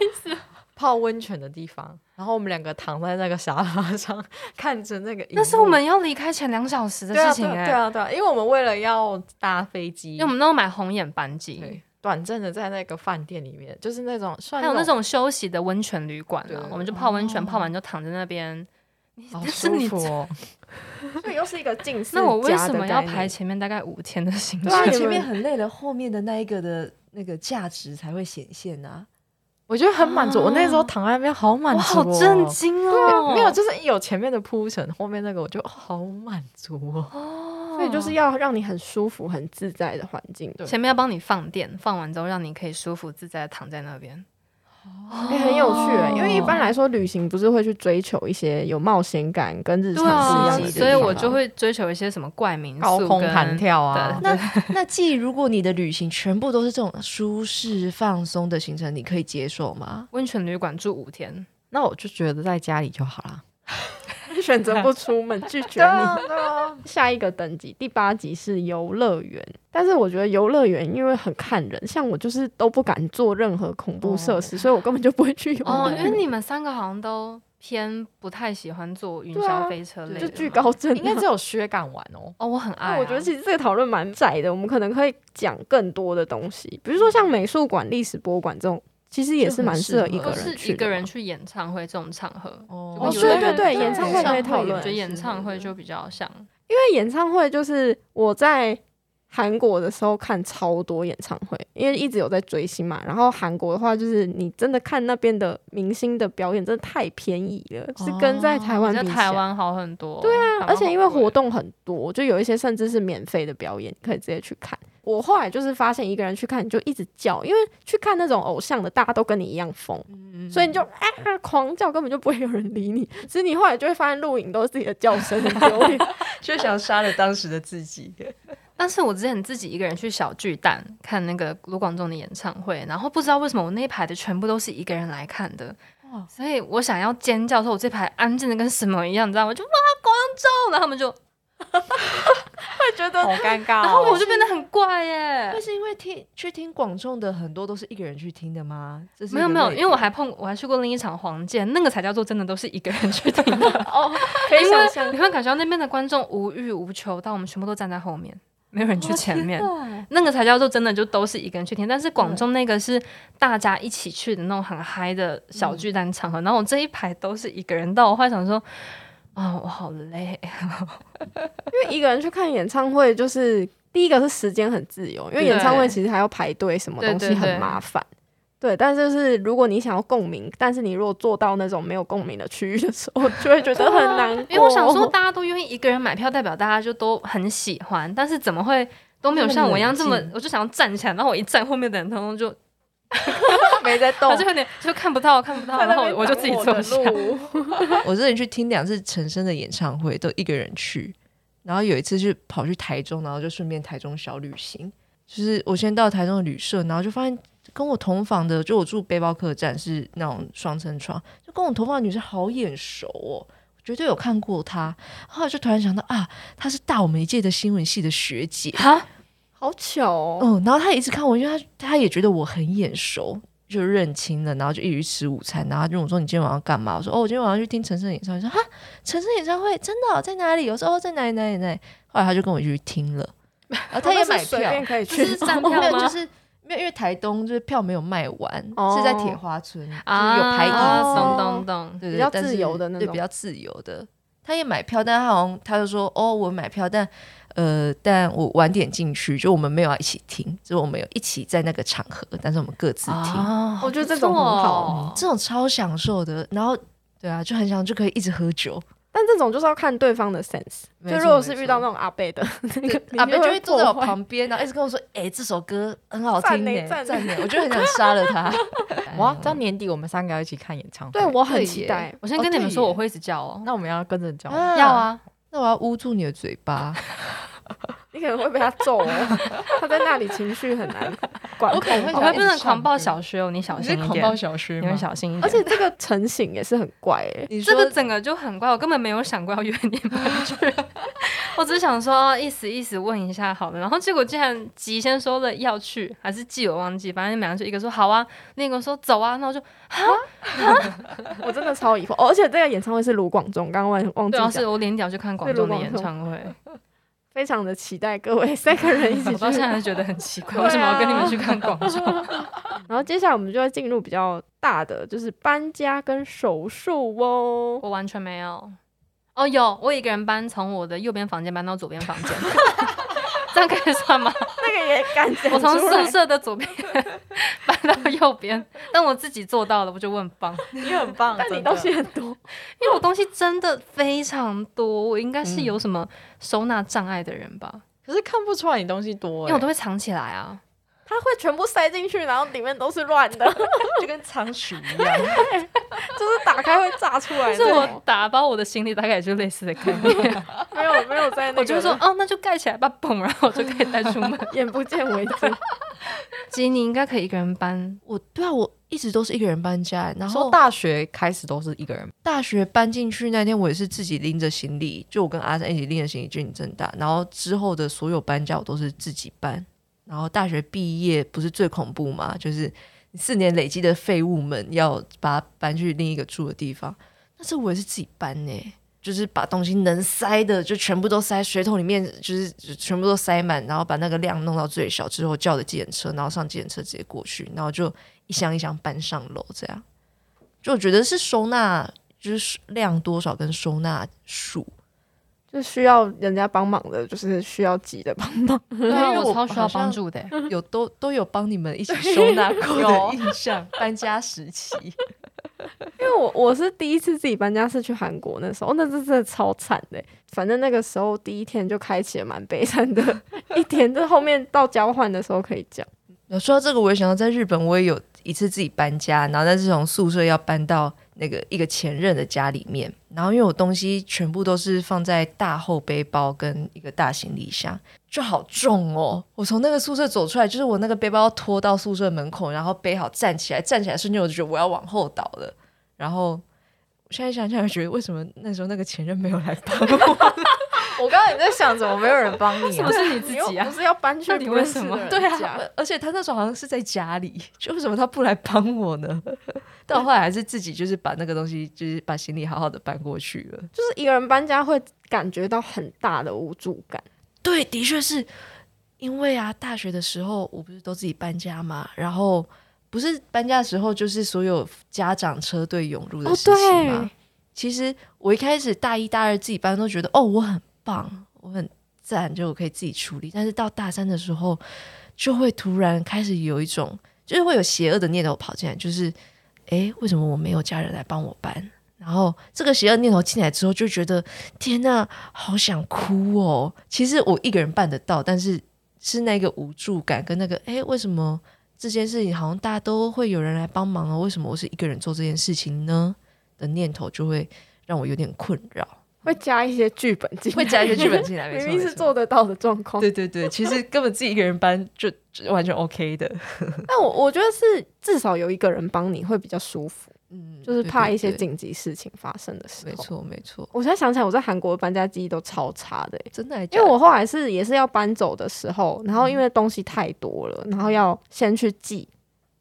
Speaker 1: 泡温泉的地方，然后我们两个躺在那个沙发上， 看着那个荧幕。
Speaker 2: 那是我们要离开前两小时的
Speaker 1: 对啊对
Speaker 2: 事情哎、
Speaker 1: 啊对啊对啊，因为我们为了要搭飞机，
Speaker 2: 因为我们都要买红眼班机
Speaker 1: 对，短暂的在那个饭店里面，就是那种算
Speaker 2: 还有那种休息的温泉旅馆
Speaker 1: 对
Speaker 2: 啊
Speaker 1: 对，
Speaker 3: 哦
Speaker 2: 我们就泡温泉，泡完就躺在那边。
Speaker 1: 好
Speaker 2: 但是
Speaker 1: 舒
Speaker 2: 你
Speaker 1: 服哦。
Speaker 3: 所以又是一个近似
Speaker 2: 那我为
Speaker 3: 家
Speaker 2: 什
Speaker 3: 的
Speaker 2: 么
Speaker 3: 概
Speaker 2: 要
Speaker 3: 念
Speaker 2: 排前面大概五天的行
Speaker 3: 对
Speaker 2: 程
Speaker 3: 啊？
Speaker 4: 所
Speaker 3: 你
Speaker 4: 以前
Speaker 3: 们
Speaker 4: 面很累了，后面的那一个的那个价值才会显现啊。
Speaker 1: 我觉得很满足，我那时候躺在那边好 满
Speaker 2: 啊我
Speaker 1: 足、哦，
Speaker 2: 好震惊哦！
Speaker 1: 没有，就是一有前面的铺陈，后面那个我就哦好满足哦。
Speaker 2: 哦，
Speaker 3: 所以就是要让你很舒服、很自在的环境，
Speaker 1: 对
Speaker 2: 前面要帮你放电，放完之后让你可以舒服自在的躺在那边。
Speaker 3: 哎、很有趣、欸。因为一般来说，旅行不是会去追求一些有冒险感跟日
Speaker 2: 对
Speaker 3: 常不一
Speaker 2: 啊
Speaker 3: 样的，地方
Speaker 2: 所以我就会追求一些什么怪民宿、
Speaker 1: 高空弹。跳啊，
Speaker 4: 那那既如果你的旅行全部都是这种舒适放松的行程，你可以接受吗？
Speaker 2: 温泉旅馆住五天，
Speaker 1: 那我就觉得在家里就好了。
Speaker 3: 选择不出门，拒绝
Speaker 4: 啊
Speaker 3: 你。下一个等级第八级是游乐园，但是我觉得游乐园因为很看人，像我就是都不敢做任何恐怖设施，所以我根本就不会去游乐
Speaker 2: 哦，因
Speaker 3: 园。
Speaker 2: 为你们三个好像都偏不太喜欢坐云
Speaker 3: 对啊
Speaker 2: 霄飞车类的嘛，
Speaker 3: 就惧高症 啊，
Speaker 1: 应该只有薛敢玩哦。
Speaker 2: 哦，我很爱啊、
Speaker 3: 那我觉得其实这个讨论蛮窄的，我们可能可以讲更多的东西，比如说像美术馆、历史博物馆这种，其实也是蛮适合一个
Speaker 2: 或
Speaker 3: 人
Speaker 2: 哦是
Speaker 3: 去
Speaker 2: 一
Speaker 3: 的
Speaker 2: 个
Speaker 3: 嘛。
Speaker 2: 人去演唱会这种场合。
Speaker 4: 哦
Speaker 3: 哦
Speaker 2: 有的
Speaker 3: 对对
Speaker 2: 人
Speaker 3: 对，
Speaker 2: 对
Speaker 3: 演唱会可以讨
Speaker 2: 我
Speaker 3: 论
Speaker 2: 觉得，演唱会就比较像，
Speaker 3: 因为演唱会就是我在韩国的时候看超多演唱会，因为一直有在追星嘛。然后韩国的话，就是你真的看那边的明星的表演，真的太便宜了，是跟在台湾
Speaker 2: 哦在
Speaker 3: 比起
Speaker 2: 台
Speaker 3: 来。
Speaker 2: 湾哦好很多。对啊
Speaker 3: 而且因为活动很多，就有一些甚至是免费的表演，可以直接去看。我后来就是发现，一个人去看你就一直叫，因为去看那种偶像的，大家都跟你一样疯，所以你就啊狂叫，根本就不会有人理你。其实你后来就会发现，录影都是自己的叫声，很丢 脸。
Speaker 4: 就想杀了当时的自 己。
Speaker 2: 但是我之前自己一个人去小巨蛋看那个卢广仲的演唱会，然后不知道为什么我那一排的全部都是一个人来看的，所以我想要尖叫的时候，我这排安静的跟什么一样，你知道吗？就哇广仲，然后他们就，
Speaker 1: 觉得好尴尬、哦，
Speaker 2: 然后我就变得很怪耶
Speaker 4: 那。是因为听去听广众的很多都是一个人去听的吗？这是一个
Speaker 2: 没有没有，
Speaker 4: 类
Speaker 2: 因
Speaker 4: 别
Speaker 2: 为 我还碰我还去过另一场黄健，那个才叫做真的都是一个人去听的哦，
Speaker 3: 可以
Speaker 2: 因
Speaker 3: 想
Speaker 2: 为
Speaker 3: 象
Speaker 2: 你会感觉到那边的观众无欲无求，但我们全部都站在后面，没有人去前面，那个才叫做真的就都是一个人去听。但是广州那个是大家一起去的那种很嗨的小巨蛋场合，然后我这一排都是一个人到，我会想说。啊、我好累，
Speaker 3: 因为一个人去看演唱会，就是第一个是时间很自由，因为演唱会其实还要排队，什么东西
Speaker 2: 对对对
Speaker 3: 很麻烦。对，但是就是如果你想要共鸣，但是你如果坐到那种没有共鸣的区域的时候，就会觉得很难过。
Speaker 2: 因为我想
Speaker 3: 哦
Speaker 2: 说，大家都愿意一个人买票，代表大家就都很喜欢，但是怎么会都没有像我一样这么
Speaker 4: 那么冷？静
Speaker 2: 我就想要站起来，然后我一站，后面的人通通就
Speaker 3: 没在动
Speaker 2: 他就有点就看不到，看不到，然后我就自己坐下。
Speaker 4: 我之前去听两次陈升的演唱会，都一个人去，然后有一次去跑去台中，然后就顺便台中小旅行。就是我先到台中的旅社，然后就发现跟我同房的，就我住背包客栈是那种双层床，就跟我同房的女生好眼熟哦，绝对有看过她。后来就突然想到啊，她是大我们一届的新闻系的学姐，
Speaker 2: 哈，
Speaker 3: 好巧哦，
Speaker 4: 嗯，然后他一直看我，因为他他也觉得我很眼熟，就认清了，然后就一起去吃午餐，然后他就问我说你今天晚上干嘛？我说哦，我今天 晚上去听陈升演唱会。他说哈，陈升演唱会真的哦、在哪里？我说哦，在哪里哪里哪里。后来他就跟我一起去听了，然 后他也
Speaker 3: 那是
Speaker 4: 买
Speaker 3: 随
Speaker 4: 票
Speaker 3: 便，可以
Speaker 2: 这
Speaker 3: 去
Speaker 2: 是。站
Speaker 4: 没
Speaker 2: 票
Speaker 4: 有
Speaker 2: 吗？
Speaker 4: 就是没有，因为台东就是票没有卖完，
Speaker 3: 哦
Speaker 4: 是在铁花村，就是
Speaker 2: 啊，
Speaker 4: 有排椅
Speaker 2: 啊
Speaker 4: 子
Speaker 2: 懂懂懂。
Speaker 4: 对
Speaker 3: 比
Speaker 4: 对，
Speaker 3: 较
Speaker 4: 但
Speaker 3: 自
Speaker 4: 是
Speaker 3: 由的那
Speaker 4: 对，
Speaker 3: 种
Speaker 4: 比较自由的。他也买票，但他好像他就说：“哦，我买票，但呃，但我晚点进去，就我们没有要一起听，就是我们有一起在那个场合，但是我们各自听，
Speaker 2: 啊
Speaker 3: 我觉得哦这种很好
Speaker 4: 这种超享受的。然后对啊，就很想就可以一直喝酒，
Speaker 3: 但这种就是要看对方的 sense，
Speaker 4: 没
Speaker 3: 就
Speaker 4: 错
Speaker 3: 如果
Speaker 4: 没
Speaker 3: 是
Speaker 4: 错
Speaker 3: 遇到那种阿贝的那个，
Speaker 4: 阿贝就会
Speaker 3: 你
Speaker 4: 坐在我
Speaker 3: 破坏
Speaker 4: 旁边，然后一直跟我说：‘哎、这首歌很好听
Speaker 3: 赞
Speaker 4: 呢、
Speaker 3: 美赞美
Speaker 4: 赞美！’我就很想杀了 他。
Speaker 1: 哇，到年底我们三个要一起看演唱会，
Speaker 3: 对我
Speaker 4: 对
Speaker 3: 很期
Speaker 4: 耶
Speaker 3: 待。
Speaker 2: 我先跟你们说，
Speaker 4: 哦对
Speaker 2: 我
Speaker 4: 耶
Speaker 2: 会一直叫哦。
Speaker 1: 那我们要跟着叫。
Speaker 4: 啊
Speaker 2: 要，啊，
Speaker 4: 那我要捂住你的嘴 巴，
Speaker 3: 你可能会被他揍哦，他在那里情绪很难管控。
Speaker 4: 能会
Speaker 2: 我
Speaker 4: 想要
Speaker 2: 会
Speaker 4: 一
Speaker 2: 变
Speaker 4: 直
Speaker 2: 成狂
Speaker 4: 唱
Speaker 2: 暴
Speaker 4: 歌
Speaker 2: 小薛哦，你小
Speaker 4: 你
Speaker 2: 心
Speaker 4: 是
Speaker 2: 一
Speaker 4: 狂暴
Speaker 2: 点，
Speaker 4: 小薛
Speaker 2: 你
Speaker 4: 吗
Speaker 2: 们？小心一点。
Speaker 3: 而且这个成型也是很怪哎、
Speaker 4: 你说
Speaker 2: 这个整个就很怪，我根本没有想过要约你 们去，我只是想说哦意思意思问一下好了，然后结果竟然吉先说了要去，还是季我忘记，反正你们俩就一个说好啊，另一个说走啊，那我就
Speaker 3: 我真的超疑惑、哦而且这个演唱会是卢广仲，刚刚忘忘记
Speaker 2: 对啊，
Speaker 3: 讲，
Speaker 2: 是我连屌去看广
Speaker 3: 对
Speaker 2: 州
Speaker 3: 卢
Speaker 2: 的
Speaker 3: 广
Speaker 2: 演
Speaker 3: 仲
Speaker 2: 唱会，
Speaker 3: 非常的期待各位 三个人一起
Speaker 2: 我
Speaker 3: 去
Speaker 2: 到。现在还觉得很奇怪，
Speaker 3: 对啊
Speaker 2: 为什么要跟你们去看广州？
Speaker 3: 然后接下来我们就会进入比较大的，就是搬家跟手术哦。
Speaker 2: 我完全没有，哦，有我一个人搬，从我的右边房间搬到左边房间， 这样可以算吗？
Speaker 3: 那个也敢讲
Speaker 2: 我从
Speaker 3: 出来
Speaker 2: 宿舍的左边 搬到右边，但我自己做到了，我就问棒，
Speaker 1: 你很棒，
Speaker 3: 但你
Speaker 1: 真的
Speaker 3: 东西 很多，
Speaker 2: 因为我东西真的非常多，我应该是有什么收纳障碍的人吧，
Speaker 1: 可是看不出来你东西多、
Speaker 2: 因
Speaker 1: 欸，
Speaker 2: 为我都会藏起来啊。
Speaker 3: 他会全部塞进去，然后里面都是乱的，
Speaker 4: 就跟仓鼠一样。
Speaker 3: 就是打开会炸出来
Speaker 2: 就
Speaker 3: 的。
Speaker 2: 是我打包我的行李，大概也就类似的 概念，
Speaker 3: 没有没有在那个，
Speaker 2: 我就会说哦，那就盖起来吧，嘣，然后我就可以带出门。
Speaker 3: 眼不见为净。
Speaker 2: 吉，你应该可以一个人搬，
Speaker 4: 我对啊，我一直都是一个人搬家，然
Speaker 1: 说
Speaker 4: 后大
Speaker 1: 大学开始都是一个人，
Speaker 4: 大学搬进去那天，我也是自己拎着行李，就我跟阿三一起拎着行李进正大，然后之后的所有搬家我都是自己搬。然后大学毕业不是最恐怖吗？就是你四年累积的废物们要把它搬去另一个住的地方，但是我也是自己搬呢、就是把东西能塞的就全部都塞水桶里面，就是就全部都塞满，然后把那个量弄到最小之后，叫的计程车，然后上计程车直接过去，然后就一箱一箱搬上楼，这样就我觉得是收纳，就是量多少跟收纳数。
Speaker 3: 就需要人家帮忙的，就是需要急的帮忙。
Speaker 2: 对啊，
Speaker 4: 因为
Speaker 2: 我
Speaker 4: 我
Speaker 2: 超需要
Speaker 4: 好像
Speaker 2: 帮助的欸。
Speaker 4: 有都都有帮你们一起收纳过的印象，搬家时期。
Speaker 3: 因为我我是第一次自己搬家是去韩国那时候，那次真的超惨的欸。反正那个时候第一天就开启了蛮悲惨的一天，这后面到交换的时候可以讲。
Speaker 4: 有说到这个，我也想到在日本，我也有一次自己搬家，然后但是从宿舍要搬到那个一个前任的家里面，然后因为我东西全部都是放在大后背包跟一个大行李箱，就好重哦。我从那个宿舍走出来，就是我那个背包要拖到宿舍门口，然后背好站起来，站起来瞬间我就觉得我要往后倒了，然后。我现在想想，觉得为什么那时候那个前任没有来帮我？
Speaker 1: 我刚刚也在想，怎么没有人帮你
Speaker 2: 是
Speaker 1: 啊
Speaker 2: 不？是你自
Speaker 3: 你又
Speaker 2: 己啊
Speaker 3: 不？是要搬去
Speaker 2: 到底
Speaker 3: 不认
Speaker 2: 为什
Speaker 3: 识
Speaker 2: 么
Speaker 3: 的人
Speaker 4: 对
Speaker 3: 家
Speaker 4: 啊，而且他那时候好像是在家里， 就为什么他不来帮我呢？ 但我后来还是自己就是把那个东西，就是把行李好好的搬过去了。
Speaker 3: 就是一个人搬家会感觉到很大的无助感。
Speaker 4: 对，的确是因为啊，大学的时候我不是都自己搬家嘛，然后不是搬家的时候，就是所有家长车队涌入的
Speaker 3: 哦
Speaker 4: 事情嘛。
Speaker 3: 对
Speaker 4: 其实我一开始大一大二自己搬都觉得哦，我很棒，我很赞，就我可以自己处理。但是到大三的时候，就会突然开始有一种，就是会有邪恶的念头跑进来，就是诶，为什么我没有家人来帮我搬？然后这个邪恶念头进来之后，就觉得天呐，好想哭哦！其实我一个人办得到，但是是那个无助感跟那个诶，为什么这件事情好像大家都会有人来帮忙哦？为什么我是一个人做这件事情呢？的念头就会让我有点困扰，
Speaker 3: 会加一些剧本进来，
Speaker 4: 会加一 些剧本进来，没
Speaker 3: 明
Speaker 4: 错，
Speaker 3: 明
Speaker 4: 没
Speaker 3: 是
Speaker 4: 错
Speaker 3: 做得到的状况。
Speaker 4: 对对对，其实根本自己一个人搬就就完全 OK 的，
Speaker 3: 但我我觉得是至少有一个人帮你会比较舒服，
Speaker 4: 嗯，
Speaker 3: 就是怕一些
Speaker 4: 对对
Speaker 3: 紧急事情发生的时
Speaker 4: 对没
Speaker 3: 候。
Speaker 4: 错没错，
Speaker 3: 我现在想起来，我在韩国的搬家记忆都超差的欸、
Speaker 4: 真的还假
Speaker 3: 因
Speaker 4: 的，
Speaker 3: 为我后来是也是要搬走的时候，然后因为东西太多了，然后要先去寄，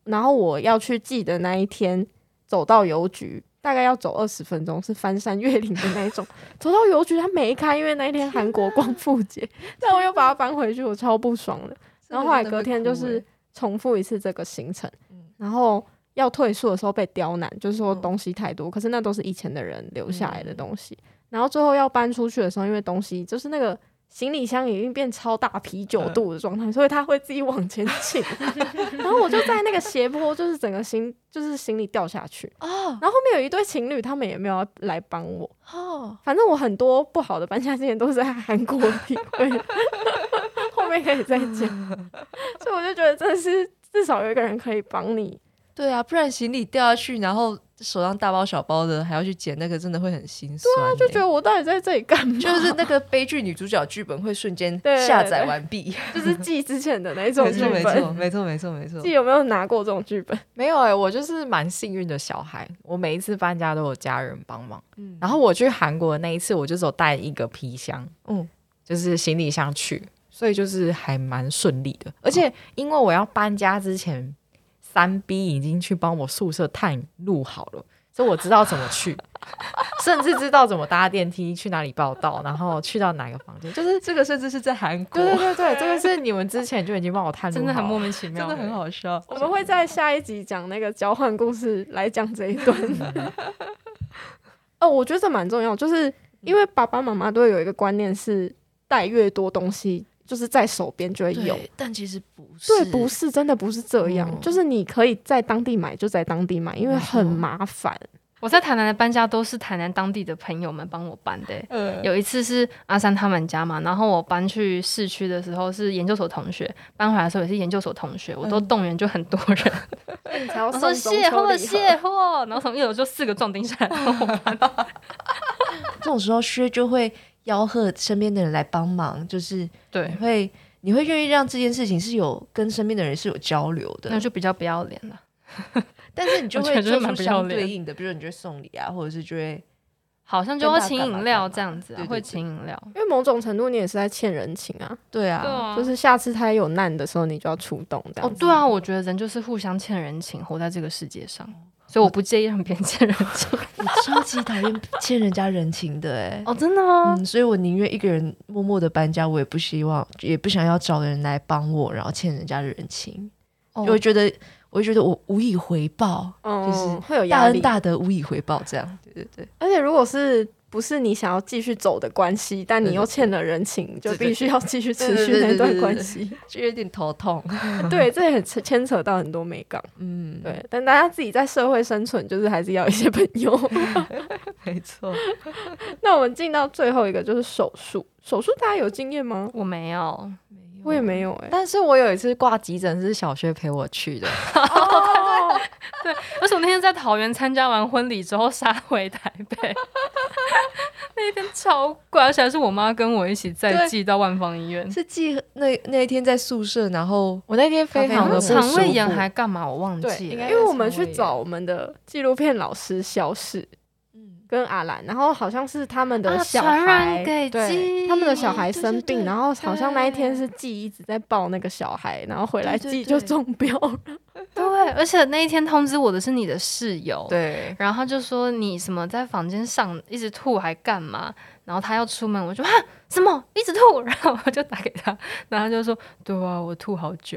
Speaker 3: 然后我要去寄的那一天，走到邮局大概要走二十分钟，是翻山越岭的那一种。走到邮局它没开，因为那一天韩国光复节， 但我又把它搬回去，我超不爽的。然后后来隔天
Speaker 4: 欸
Speaker 3: 就是重复一次这个行程，然后要退宿的时候被刁难，就是说
Speaker 4: 嗯
Speaker 3: 东西太多，可是那都是以前的人留下来的东西。然后最后要搬出去的时候，因为东西就是那个行李箱已经变超大啤
Speaker 4: 嗯
Speaker 3: 酒肚的状态，所以它会自己往前 倾。然后我就在那个斜坡，就是整个行就是行李掉下去。
Speaker 4: 哦
Speaker 3: 然后后面有一对情侣，他们也没有要来帮我。
Speaker 4: 哦，
Speaker 3: 反正我很多不好的搬家经验都是在韩国体 会的，后面可以再讲。所以我就觉得真的是至少有一个人可以帮你，
Speaker 4: 对啊，不然行李掉下去，然后手上大包小包的还要去捡那个，真的会很心酸欸、
Speaker 3: 啊就觉得我到底在这里干 嘛？
Speaker 4: 就是那个悲剧女主角剧本会瞬间
Speaker 3: 对
Speaker 4: 下载完毕，
Speaker 3: 就是记之前的那种
Speaker 4: 没
Speaker 3: 剧
Speaker 4: 错没错
Speaker 3: 本，
Speaker 4: 没错没错没错
Speaker 3: 记，有没有拿过这种剧本？
Speaker 1: 没有哎、我就是蛮幸运的小孩，我每一次搬家都有家人帮忙。
Speaker 4: 嗯
Speaker 1: 然后我去韩国的那一次，我就只有带一个皮箱，
Speaker 4: 嗯
Speaker 1: 嗯，就是行李箱去，所以就是还蛮顺利
Speaker 2: 哦
Speaker 1: 的。而且因为我要搬家之前，三 B 已经去帮我宿舍探路好了，所以我知道怎么 去，甚至知道怎么搭电梯，去哪里报到，然后去到哪个房间，就是。
Speaker 4: 这个甚至是在韩国
Speaker 1: 对，对对对，这个是你们之前就已经帮我探路好
Speaker 2: 真
Speaker 1: 了，
Speaker 2: 的很莫名其妙，
Speaker 4: 真的很。好笑。
Speaker 3: 我们会在下一集讲那个交 换故事来讲这一段。哦，我觉得这蛮重要，就是因为爸爸妈妈都会有一个观念是带越多东西，就是在手边就会有。
Speaker 4: 对，但其实不是，
Speaker 3: 对，不是真的不是这样，
Speaker 4: 嗯
Speaker 3: 就是你可以在当地买就在当地买，因为
Speaker 4: 没错
Speaker 3: 很麻烦。
Speaker 2: 我在台南的搬家都是台南当地的朋友们帮我搬的欸、
Speaker 4: 嗯
Speaker 3: 呃，
Speaker 2: 有一次是阿三他们家嘛，然后我搬去市区的时候是研究所同学，搬回来的时候也是研究所同学，我都动员就很多人，
Speaker 3: 你才要
Speaker 2: 我
Speaker 3: 送
Speaker 2: 说
Speaker 3: 中秋
Speaker 2: 卸货
Speaker 3: 礼盒
Speaker 2: 卸货，然后从一楼就四个壮丁下来帮我搬，
Speaker 4: 这种时候薛就会吆喝身边的人来帮忙，就是你
Speaker 2: 对，
Speaker 4: 会你会愿意让这件事情是有跟身边的人是有交流
Speaker 2: 那
Speaker 4: 的，
Speaker 2: 就比较不要脸了。
Speaker 4: 但是你就
Speaker 2: 我觉
Speaker 4: 会
Speaker 2: 得真的
Speaker 4: 做
Speaker 2: 蛮
Speaker 4: 出
Speaker 2: 不要
Speaker 4: 相
Speaker 2: 脸
Speaker 4: 对应的，比如说你就会送礼啊，或者是就会
Speaker 2: 好像就
Speaker 4: 跟
Speaker 2: 会
Speaker 4: 大家
Speaker 2: 请
Speaker 4: 干嘛
Speaker 2: 饮
Speaker 4: 干
Speaker 2: 料
Speaker 4: 嘛
Speaker 2: 这样子啊
Speaker 4: 对，对
Speaker 2: 会
Speaker 4: 对
Speaker 2: 请饮料，
Speaker 3: 因为某种程度你也是在欠人情啊，
Speaker 4: 对啊，
Speaker 2: 对啊，
Speaker 3: 就是下次他有难的时候，你就要出动这
Speaker 2: 哦
Speaker 3: 样，子。
Speaker 2: 对啊，我觉得人就是互相欠人情，活在这个世界上，所以我不介意让别人欠人情。
Speaker 4: 我超级讨厌欠人家人情的 哎、
Speaker 2: 哦，真的吗？
Speaker 4: 嗯，所以我宁愿一个人默默的搬家，我也不希望，也不想要找人来帮我，然后欠人家的人情，
Speaker 2: 哦
Speaker 4: 就会觉得，我会觉得我无以回报，
Speaker 3: 嗯，
Speaker 4: 就是
Speaker 3: 会有
Speaker 4: 大
Speaker 3: 压
Speaker 4: 恩
Speaker 3: 力。
Speaker 4: 大德无以回报，这样，对对对，
Speaker 3: 而且如果是不是你想要继续走的关系，但你又欠了人情，就
Speaker 4: 对对
Speaker 3: 必须要继续持
Speaker 4: 对
Speaker 3: 续
Speaker 4: 对对
Speaker 3: 那段
Speaker 4: 对对
Speaker 3: 关
Speaker 4: 对
Speaker 3: 系。
Speaker 4: 就有点头 痛，
Speaker 3: 对，这也很牵牵扯到很多美感。
Speaker 4: 嗯，
Speaker 3: 对，但大家自己在社会生存，就是还是要一些朋友。
Speaker 4: 没错，
Speaker 3: 那我们进到最后一个就是手术，手术大家有经验吗？
Speaker 2: 我没有，
Speaker 3: 我也没有哎、
Speaker 1: 但是我有一次挂急诊是小薛陪我去的，
Speaker 3: 哦，
Speaker 2: 而且我那天在桃园参加完婚礼之后杀回台北， 那天超怪，而且还是我妈跟我一起再
Speaker 4: 对
Speaker 2: 寄到万方医院。
Speaker 4: 是记那那一天在宿舍，然后
Speaker 1: 我那天非
Speaker 4: 好
Speaker 1: 常的
Speaker 4: 像
Speaker 1: 不舒
Speaker 2: 哎肠
Speaker 1: 服
Speaker 2: 胃炎还干嘛？我忘
Speaker 1: 对
Speaker 2: 记
Speaker 1: 应
Speaker 2: 了
Speaker 1: 该
Speaker 3: 因。为我们去找我们的纪录片老师肖氏
Speaker 4: 嗯，
Speaker 3: 跟阿兰，然后好像是他们的
Speaker 2: 啊
Speaker 3: 小
Speaker 2: 传染
Speaker 3: 孩，
Speaker 2: 给
Speaker 1: 对
Speaker 2: 鸡，
Speaker 3: 他们的小孩生
Speaker 4: 对
Speaker 3: 病，
Speaker 4: 对
Speaker 3: 然后好像那一天是季一直在抱那个小孩，然后回来
Speaker 4: 对对
Speaker 3: 季就
Speaker 4: 对
Speaker 3: 中标了。
Speaker 2: 对，而且那一天通知我的是你的室友，
Speaker 1: 对，
Speaker 2: 然后他就说你什么在房间上一直吐还干嘛？然后他要出门，我就啊什么一直吐，然后我就打给他，然后他就说对啊，我吐好久。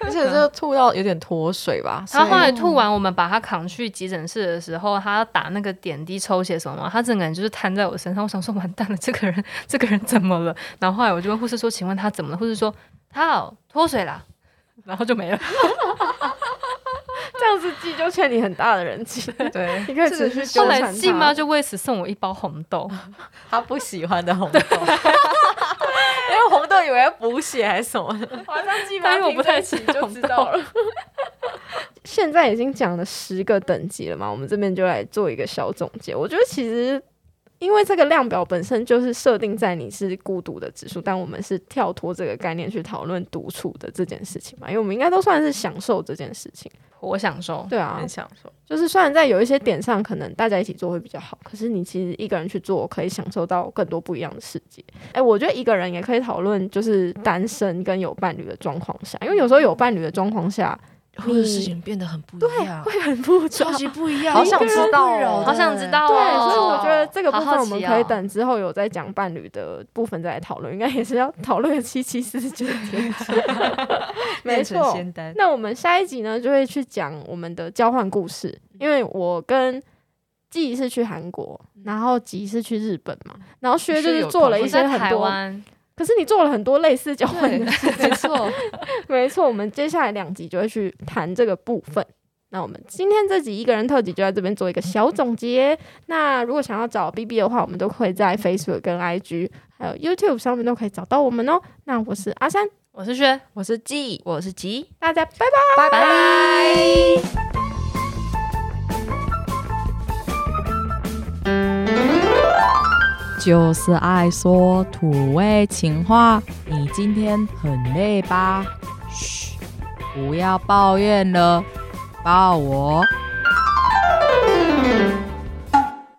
Speaker 1: 而且这吐到有点脱水吧，
Speaker 2: 他后
Speaker 1: 所以
Speaker 2: 来吐完，我们把他扛去急诊室的时候，他打那个点滴抽血什么嘛，他整个人就是瘫在我身上。我想说完蛋了，这个人 这个人怎么了？然后后来我就问护士说，请问他怎么了？护士说他哦脱水啦，然后就没了。
Speaker 3: 这样子季就欠你很大的人情，
Speaker 1: 对
Speaker 3: 你可以
Speaker 4: 这个
Speaker 3: 持续
Speaker 4: 是
Speaker 3: 纠
Speaker 2: 后来
Speaker 3: 缠
Speaker 2: 季妈
Speaker 3: 他。
Speaker 2: 就为此送我一包红豆。
Speaker 1: 他不喜欢的红豆，因为红豆以为要补血还是什么的，
Speaker 3: 好像季
Speaker 2: 但是我不太吃
Speaker 3: 就知道了。现在已经讲了十个等级了嘛，我们这边就来做一个小总结。我觉得其实。因为这个量表本身就是设定在你是孤独的指数，但我们是跳脱这个概念去讨论独处的这件事情嘛，因为我们应该都算是享受这件事情。
Speaker 2: 我想说，
Speaker 3: 对啊，
Speaker 1: 想说
Speaker 3: 就是虽然在有一些点上，可能大家一起做会比较好，可是你其实一个人去做，可以享受到更多不一样的世界。哎、我觉得一个人也可以讨论，就是单身跟有伴侣的状况下，因为有时候有伴侣的状况下
Speaker 4: 或者事情变得很不一样，
Speaker 3: 会很复杂
Speaker 4: 超。级不一样，
Speaker 1: 啊好想知道
Speaker 4: 困扰
Speaker 1: 哦
Speaker 4: 的
Speaker 2: 好想知道、哦。
Speaker 3: 对，所以我觉得这个部
Speaker 2: 好
Speaker 3: 分
Speaker 2: 好
Speaker 3: 我
Speaker 2: 奇
Speaker 3: 们
Speaker 2: 哦
Speaker 3: 可以。等之后有再讲伴侣的部分再来讨论，应该也是要讨论个七七四十九 天。没
Speaker 4: 变成
Speaker 3: 错，
Speaker 4: 仙丹，
Speaker 3: 那我们下一集呢，就会去讲我们的交换故事，因为我跟季是去韩国，然后吉是去日本嘛，然后薛就是做了一
Speaker 2: 我
Speaker 3: 些
Speaker 2: 在
Speaker 3: 很
Speaker 2: 台
Speaker 3: 多，
Speaker 2: 湾，
Speaker 3: 可是你做了很多类似交换
Speaker 4: 对
Speaker 3: 的，
Speaker 4: 没错，
Speaker 3: 没错。我们接下来两集就会去谈这个部分。那我们今天这集一个人特辑就在这边做一个小总结。那如果想要找 B B 的话，我们都可以在 Facebook 跟 I G 还有 YouTube 上面都可以找到我们哦。那我是阿三，
Speaker 2: 我是薛。
Speaker 1: 我是季，
Speaker 4: 我是吉。
Speaker 3: 大家拜
Speaker 1: 拜
Speaker 3: 拜。
Speaker 1: 拜。
Speaker 6: 就是爱说土味情话。你今天很累吧？嘘，不要抱怨了，抱我。